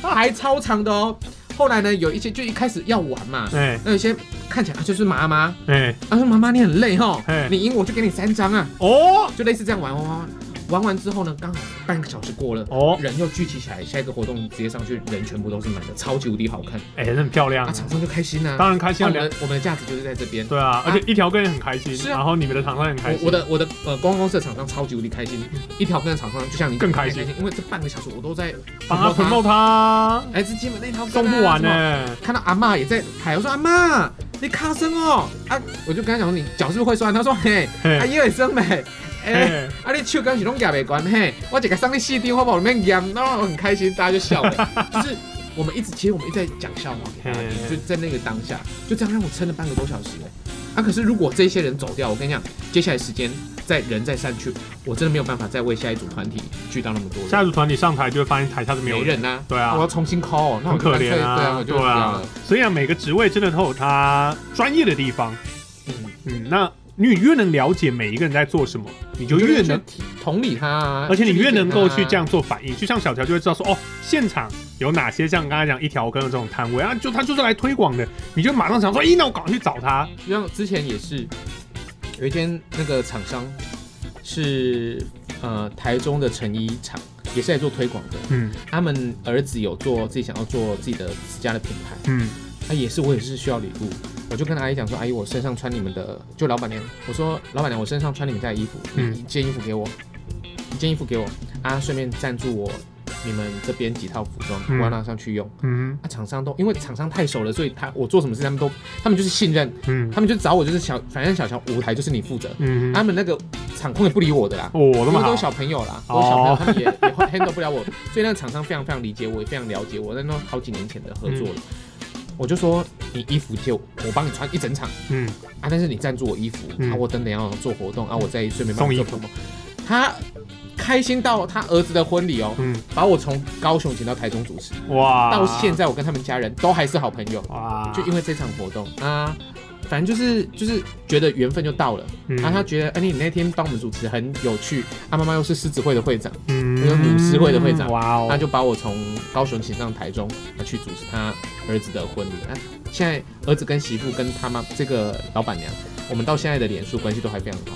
[SPEAKER 2] 排超长的哦。后来呢，有一些就一开始要玩嘛，
[SPEAKER 1] 哎
[SPEAKER 2] 那有些看起来啊就是妈妈，
[SPEAKER 1] 哎，
[SPEAKER 2] 啊说妈妈你很累哈
[SPEAKER 1] 嘿，
[SPEAKER 2] 你赢我就给你三张啊，
[SPEAKER 1] 哦
[SPEAKER 2] 就类似这样玩玩玩。玩完之后呢，刚好半个小时过了，
[SPEAKER 1] 哦，
[SPEAKER 2] 人又聚集起来，下一个活动直接上去，人全部都是满的，超级无敌好看
[SPEAKER 1] 哎，那很漂亮
[SPEAKER 2] 啊！，厂商就开心啊。
[SPEAKER 1] 当然开心
[SPEAKER 2] 啊
[SPEAKER 1] 啊
[SPEAKER 2] 我
[SPEAKER 1] 两
[SPEAKER 2] 们，我们的价值就是在这边。
[SPEAKER 1] 对啊，而且一条根也很开心，
[SPEAKER 2] 是啊
[SPEAKER 1] 然后你们的厂商也很开
[SPEAKER 2] 我
[SPEAKER 1] 心，
[SPEAKER 2] 我的我的呃观光公司的厂商超级无敌开心，一条根的厂商就像你
[SPEAKER 1] 更开心，
[SPEAKER 2] 因为这半个小时我都在
[SPEAKER 1] 帮他
[SPEAKER 2] 捧
[SPEAKER 1] 捧爆他，
[SPEAKER 2] 来自金门那条根啊
[SPEAKER 1] 送不完
[SPEAKER 2] 什么
[SPEAKER 1] 呢，
[SPEAKER 2] 看到阿嬷也在排，我说阿嬷，你卡声哦，啊，我就跟他讲说你脚是不是会酸，他说嘿，阿
[SPEAKER 1] 嘿，
[SPEAKER 2] 姨会酸没？哎，
[SPEAKER 1] 嘿
[SPEAKER 2] 啊你手跟是拢夹袂关嘿，我一个送你四张，我把里面盐，然后我很开心，大家就笑 了，就是我们一直其实我们一直在讲笑话给大家听，
[SPEAKER 1] 嘿
[SPEAKER 2] 就在那个当下，就这样让我撑了半个多小时哎，啊可是如果这些人走掉，我跟你讲，接下来时间在人再散去，我真的没有办法再为下一组团体聚到那么多人，
[SPEAKER 1] 下一组团体上台就会发现台下是没有
[SPEAKER 2] 没
[SPEAKER 1] 人。
[SPEAKER 2] 人呐，
[SPEAKER 1] 对啊
[SPEAKER 2] 我要重新 call，那
[SPEAKER 1] 很
[SPEAKER 2] 我就
[SPEAKER 1] 可
[SPEAKER 2] 干
[SPEAKER 1] 怜
[SPEAKER 2] 脆 对啊，
[SPEAKER 1] 啊，
[SPEAKER 2] 我就不要
[SPEAKER 1] 啊
[SPEAKER 2] 了，，
[SPEAKER 1] 所以啊，每个职位真的都有他专业的地方。
[SPEAKER 2] 嗯。
[SPEAKER 1] 嗯，那你越能了解每一个人在做什么，你就越能，
[SPEAKER 2] 去同理他啊，
[SPEAKER 1] 而且你越能够去
[SPEAKER 2] 理解他啊
[SPEAKER 1] 这样做反应。就像小条就会知道说，哦，现场有哪些像刚才讲一条根的这种摊位啊，就他就是来推广的，你就马上想说，咦，那我赶快去找他。
[SPEAKER 2] 就像之前也是，有一天那个厂商是呃台中的成衣厂，也是在做推广的。
[SPEAKER 1] 嗯
[SPEAKER 2] 他们儿子有做自己想要做自己的自家的品牌，
[SPEAKER 1] 嗯，
[SPEAKER 2] 他、也是我也是需要礼物，我就跟阿姨讲说，阿哎姨我身上穿你们的，就老板娘，我说老板娘我身上穿你们家的衣服，
[SPEAKER 1] 嗯
[SPEAKER 2] 你一件衣服给我，一件衣服给我，啊顺便赞助我你们这边几套服装，我要拿上去用。
[SPEAKER 1] 嗯
[SPEAKER 2] 啊，厂商都因为厂商太熟了，所以他我做什么事他们都，他们就是信任，
[SPEAKER 1] 嗯
[SPEAKER 2] 他们就找我就是小，反正小乔舞台就是你负责，
[SPEAKER 1] 嗯，
[SPEAKER 2] 他们那个场控也不理啊我的啦，
[SPEAKER 1] 哦，这
[SPEAKER 2] 因
[SPEAKER 1] 么
[SPEAKER 2] 为都
[SPEAKER 1] 好
[SPEAKER 2] 是，小朋友啦，
[SPEAKER 1] 哦
[SPEAKER 2] 都是小朋友，他们也也 handle 不了我，所以那个厂商非常非常理解我，也非常了解我，那都好几年前的合
[SPEAKER 1] 嗯
[SPEAKER 2] 作了，我就说你衣服借我，我帮你穿一整场
[SPEAKER 1] 嗯，
[SPEAKER 2] 啊，但是你赞助我衣服，
[SPEAKER 1] 嗯
[SPEAKER 2] 啊，我等等要做活动啊，我再顺便帮
[SPEAKER 1] 送
[SPEAKER 2] 你
[SPEAKER 1] 衣服
[SPEAKER 2] 做 promo，他开心到他儿子的婚礼哦，
[SPEAKER 1] 嗯，
[SPEAKER 2] 把我从高雄请到台中主持，
[SPEAKER 1] 哇，
[SPEAKER 2] 到现在我跟他们家人都还是好朋友。
[SPEAKER 1] 哇，
[SPEAKER 2] 就因为这场活动啊，反正就是就是觉得缘分就到了。
[SPEAKER 1] 嗯
[SPEAKER 2] 然后他觉得，哎、你那天帮我们主持很有趣，啊他妈妈又是狮子会的会长，
[SPEAKER 1] 嗯
[SPEAKER 2] 那个舞狮会的会长
[SPEAKER 1] 哇
[SPEAKER 2] 他
[SPEAKER 1] 哦，
[SPEAKER 2] 就把我从高雄请上台中，啊去主持他儿子的婚礼。啊，现在儿子跟媳妇跟他妈这个老板娘，我们到现在的脸书关系都还非常好。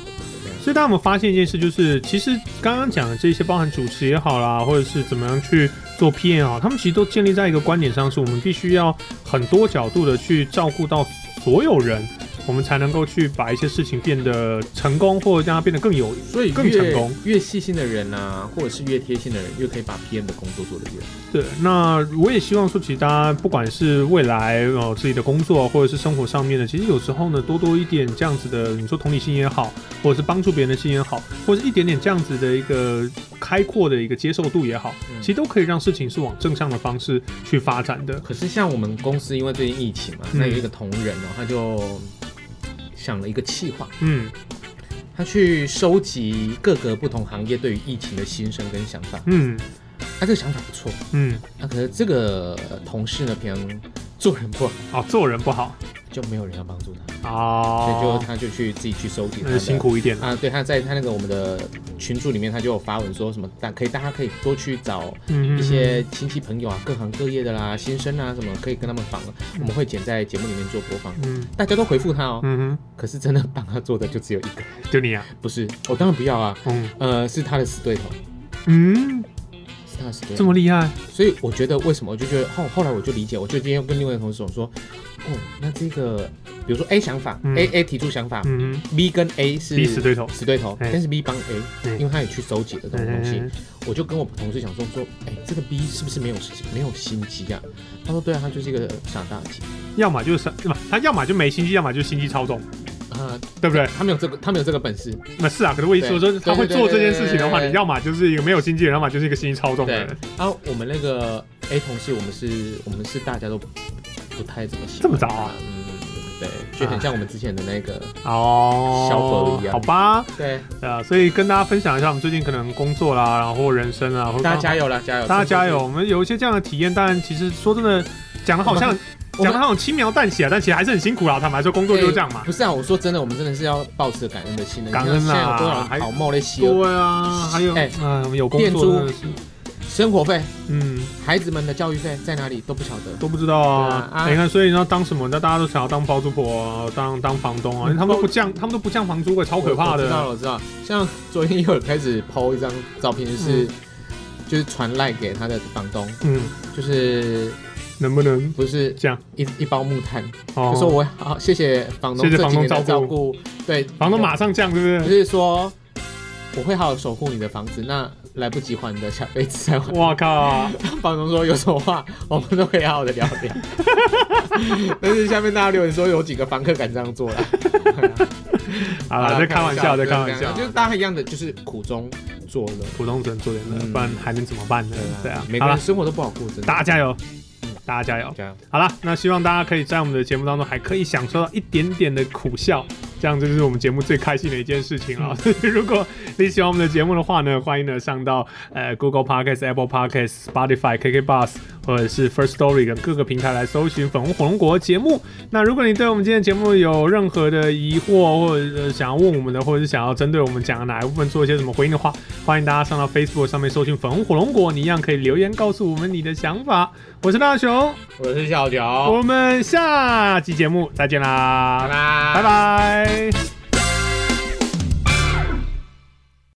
[SPEAKER 1] 所以大家有没有发现一件事，就是其实刚刚讲的这些，包含主持也好啦，或者是怎么样去做 P N 好，他们其实都建立在一个观点上，是我们必须要很多角度的去照顾到所有人，我们才能够去把一些事情变得成功，或者让它变得更有
[SPEAKER 2] 所以
[SPEAKER 1] 更
[SPEAKER 2] 越
[SPEAKER 1] 成功
[SPEAKER 2] 越细心的人啊，或者是越贴心的人，越可以把 PM 的工作做得越好。
[SPEAKER 1] 对，那我也希望说，其实大家不管是未来哦自己的工作或者是生活上面的，其实有时候呢多多一点这样子的，你说同理心也好，或者是帮助别人的心也好，或者是一点点这样子的一个开阔的一个接受度也好，
[SPEAKER 2] 嗯
[SPEAKER 1] 其实都可以让事情是往正向的方式去发展的。
[SPEAKER 2] 可是像我们公司，因为最近疫情嘛，
[SPEAKER 1] 嗯
[SPEAKER 2] 那有一个同仁哦，他就想了一个企划，
[SPEAKER 1] 嗯
[SPEAKER 2] 他去收集各个不同行业对于疫情的心声跟想法。
[SPEAKER 1] 嗯
[SPEAKER 2] 他、这个想法不错，
[SPEAKER 1] 嗯，
[SPEAKER 2] 那、可是这个同事呢，平常做人不好，
[SPEAKER 1] 哦，做人不好
[SPEAKER 2] 就没有人要帮助他，所以就
[SPEAKER 1] 哦，
[SPEAKER 2] 他就去自己去收集他
[SPEAKER 1] 那就
[SPEAKER 2] 的。
[SPEAKER 1] 辛苦一点了。
[SPEAKER 2] 啊，对，他在他那个我们的群组里面，他就有发文说什么，大可以大家可以多去找
[SPEAKER 1] 嗯
[SPEAKER 2] 一些亲戚朋友啊，各行各业的啦，新生啊什么，可以跟他们访，我们会剪在节目里面做播放。
[SPEAKER 1] 嗯
[SPEAKER 2] 大家都回复他哦，
[SPEAKER 1] 嗯
[SPEAKER 2] 可是真的帮他做的就只有一个，
[SPEAKER 1] 哼，就你啊，
[SPEAKER 2] 不是，我当然不要啊，
[SPEAKER 1] 嗯
[SPEAKER 2] 呃，是他的死对头，
[SPEAKER 1] 嗯，
[SPEAKER 2] 是他的死对
[SPEAKER 1] 这
[SPEAKER 2] 头。
[SPEAKER 1] 么厉害，
[SPEAKER 2] 所以我觉得为什么，我就觉得后后来我就理解，我就今天跟另外一个同事我说，哦，那这个比如说 A 想法、
[SPEAKER 1] 嗯
[SPEAKER 2] a A 提出想法、
[SPEAKER 1] 嗯哼
[SPEAKER 2] b 跟 A 是
[SPEAKER 1] ，B 死对头，
[SPEAKER 2] 死对头，
[SPEAKER 1] 哎
[SPEAKER 2] 但是 B 帮 A，、
[SPEAKER 1] 哎
[SPEAKER 2] 因为他也去收集了这种东西，
[SPEAKER 1] 嗯
[SPEAKER 2] 我就跟我同事讲说说，哎、这个 B 是不是没有没有心机啊？他说对啊，他就是一个傻大姐
[SPEAKER 1] 要么就是什么，他要么就没心机，要么就心机超重，
[SPEAKER 2] 啊、
[SPEAKER 1] 对不对？
[SPEAKER 2] 他没有这个他没有这个本事，
[SPEAKER 1] 那是啊，可是我一说说
[SPEAKER 2] 对
[SPEAKER 1] 他会做这件事情的话，
[SPEAKER 2] 对对对对对
[SPEAKER 1] 你要么就是一个没有心机的人，要么就是一个心机超重的
[SPEAKER 2] 对
[SPEAKER 1] 人。。
[SPEAKER 2] 然后啊我们那个 A 同事，我们是我们是大家都不太怎么喜欢他
[SPEAKER 1] 这么早啊？
[SPEAKER 2] 嗯，对，就很像我们之前的那个、
[SPEAKER 1] 哦，
[SPEAKER 2] 小狗一样
[SPEAKER 1] 好吧，
[SPEAKER 2] 对，
[SPEAKER 1] 对啊，所以跟大家分享一下我们最近可能工作啦，然后人生啊，或者
[SPEAKER 2] 大家加油啦，加油，
[SPEAKER 1] 大家加油！我们有一些这样的体验，但其实说真的，讲的好 像
[SPEAKER 2] 我们
[SPEAKER 1] 讲的好像轻描淡写啊，但其实还是很辛苦啦。坦白说，工作就是这样嘛
[SPEAKER 2] 哎。不是啊，我说真的，我们真的是要抱持感恩的心的。
[SPEAKER 1] 感恩啊
[SPEAKER 2] 你看现在有多少
[SPEAKER 1] 还
[SPEAKER 2] 人好冒的希
[SPEAKER 1] 对啊，还有，
[SPEAKER 2] 哎
[SPEAKER 1] 嗯，我们有工
[SPEAKER 2] 店
[SPEAKER 1] 作
[SPEAKER 2] 租
[SPEAKER 1] 真的是，
[SPEAKER 2] 生活费、
[SPEAKER 1] 嗯，
[SPEAKER 2] 孩子们的教育费在哪里都不晓得。
[SPEAKER 1] 都不知道啊。
[SPEAKER 2] 对啊啊
[SPEAKER 1] 你看，所以你要当什么？那大家都想要当包租婆、啊，当当房东啊，因为他们都不降，他们都不降房租欸，超可怕
[SPEAKER 2] 嗯我我知道了，
[SPEAKER 1] 的。
[SPEAKER 2] 我知道。像昨天又有开始 PO 一张照片，就是、就是传赖给他的房东，
[SPEAKER 1] 嗯，
[SPEAKER 2] 就是
[SPEAKER 1] 能不能
[SPEAKER 2] 不是
[SPEAKER 1] 这样？
[SPEAKER 2] 一一包木炭，
[SPEAKER 1] 哦
[SPEAKER 2] 就说我好谢谢房东
[SPEAKER 1] 谢谢
[SPEAKER 2] 这
[SPEAKER 1] 房
[SPEAKER 2] 几
[SPEAKER 1] 东
[SPEAKER 2] 年的
[SPEAKER 1] 照
[SPEAKER 2] 照
[SPEAKER 1] 顾
[SPEAKER 2] 顾，对，
[SPEAKER 1] 房东马上降，是
[SPEAKER 2] 就
[SPEAKER 1] 不
[SPEAKER 2] 是说我会好好守护你的房子，那来不及还的下辈子再还
[SPEAKER 1] 是？。哇靠！
[SPEAKER 2] 房东说有什么话我们都可以好好的聊 聊，但是下面大家留言说有几个房客敢这样做了。
[SPEAKER 1] 好了，在开玩笑，在开玩
[SPEAKER 2] 真的
[SPEAKER 1] 笑，
[SPEAKER 2] 就是大家一样的，就是苦中作乐。
[SPEAKER 1] 普通人做点乐，
[SPEAKER 2] 嗯
[SPEAKER 1] 不然还能怎么办呢？对啊，
[SPEAKER 2] 每
[SPEAKER 1] 好
[SPEAKER 2] 个
[SPEAKER 1] 了
[SPEAKER 2] 人，生活都不好过，真的。
[SPEAKER 1] 大家加油
[SPEAKER 2] 嗯，
[SPEAKER 1] 大家加油。
[SPEAKER 2] 这样，
[SPEAKER 1] 好了，那希望大家可以在我们的节目当中还可以享受到一点点的苦笑，这样就是我们节目最开心的一件事情了。所以 如果你喜欢我们的节目的话呢，欢迎呢上到呃 Google Podcast、Apple Podcast、Spotify、KK Bus 或者是 First Story 等各个平台来搜寻“粉红火龙果”节目。那如果你对我们今天的节目有任何的疑惑，或者呃想要问我们的，或者是想要针对我们讲的哪一部分做一些什么回应的话，欢迎大家上到 Facebook 上面搜寻“粉红火龙果”，你一样可以留言告诉我们你的想法。我是大雄。
[SPEAKER 2] 我是小乔，
[SPEAKER 1] 我们下期节目再见啦，
[SPEAKER 2] 拜拜
[SPEAKER 1] 拜拜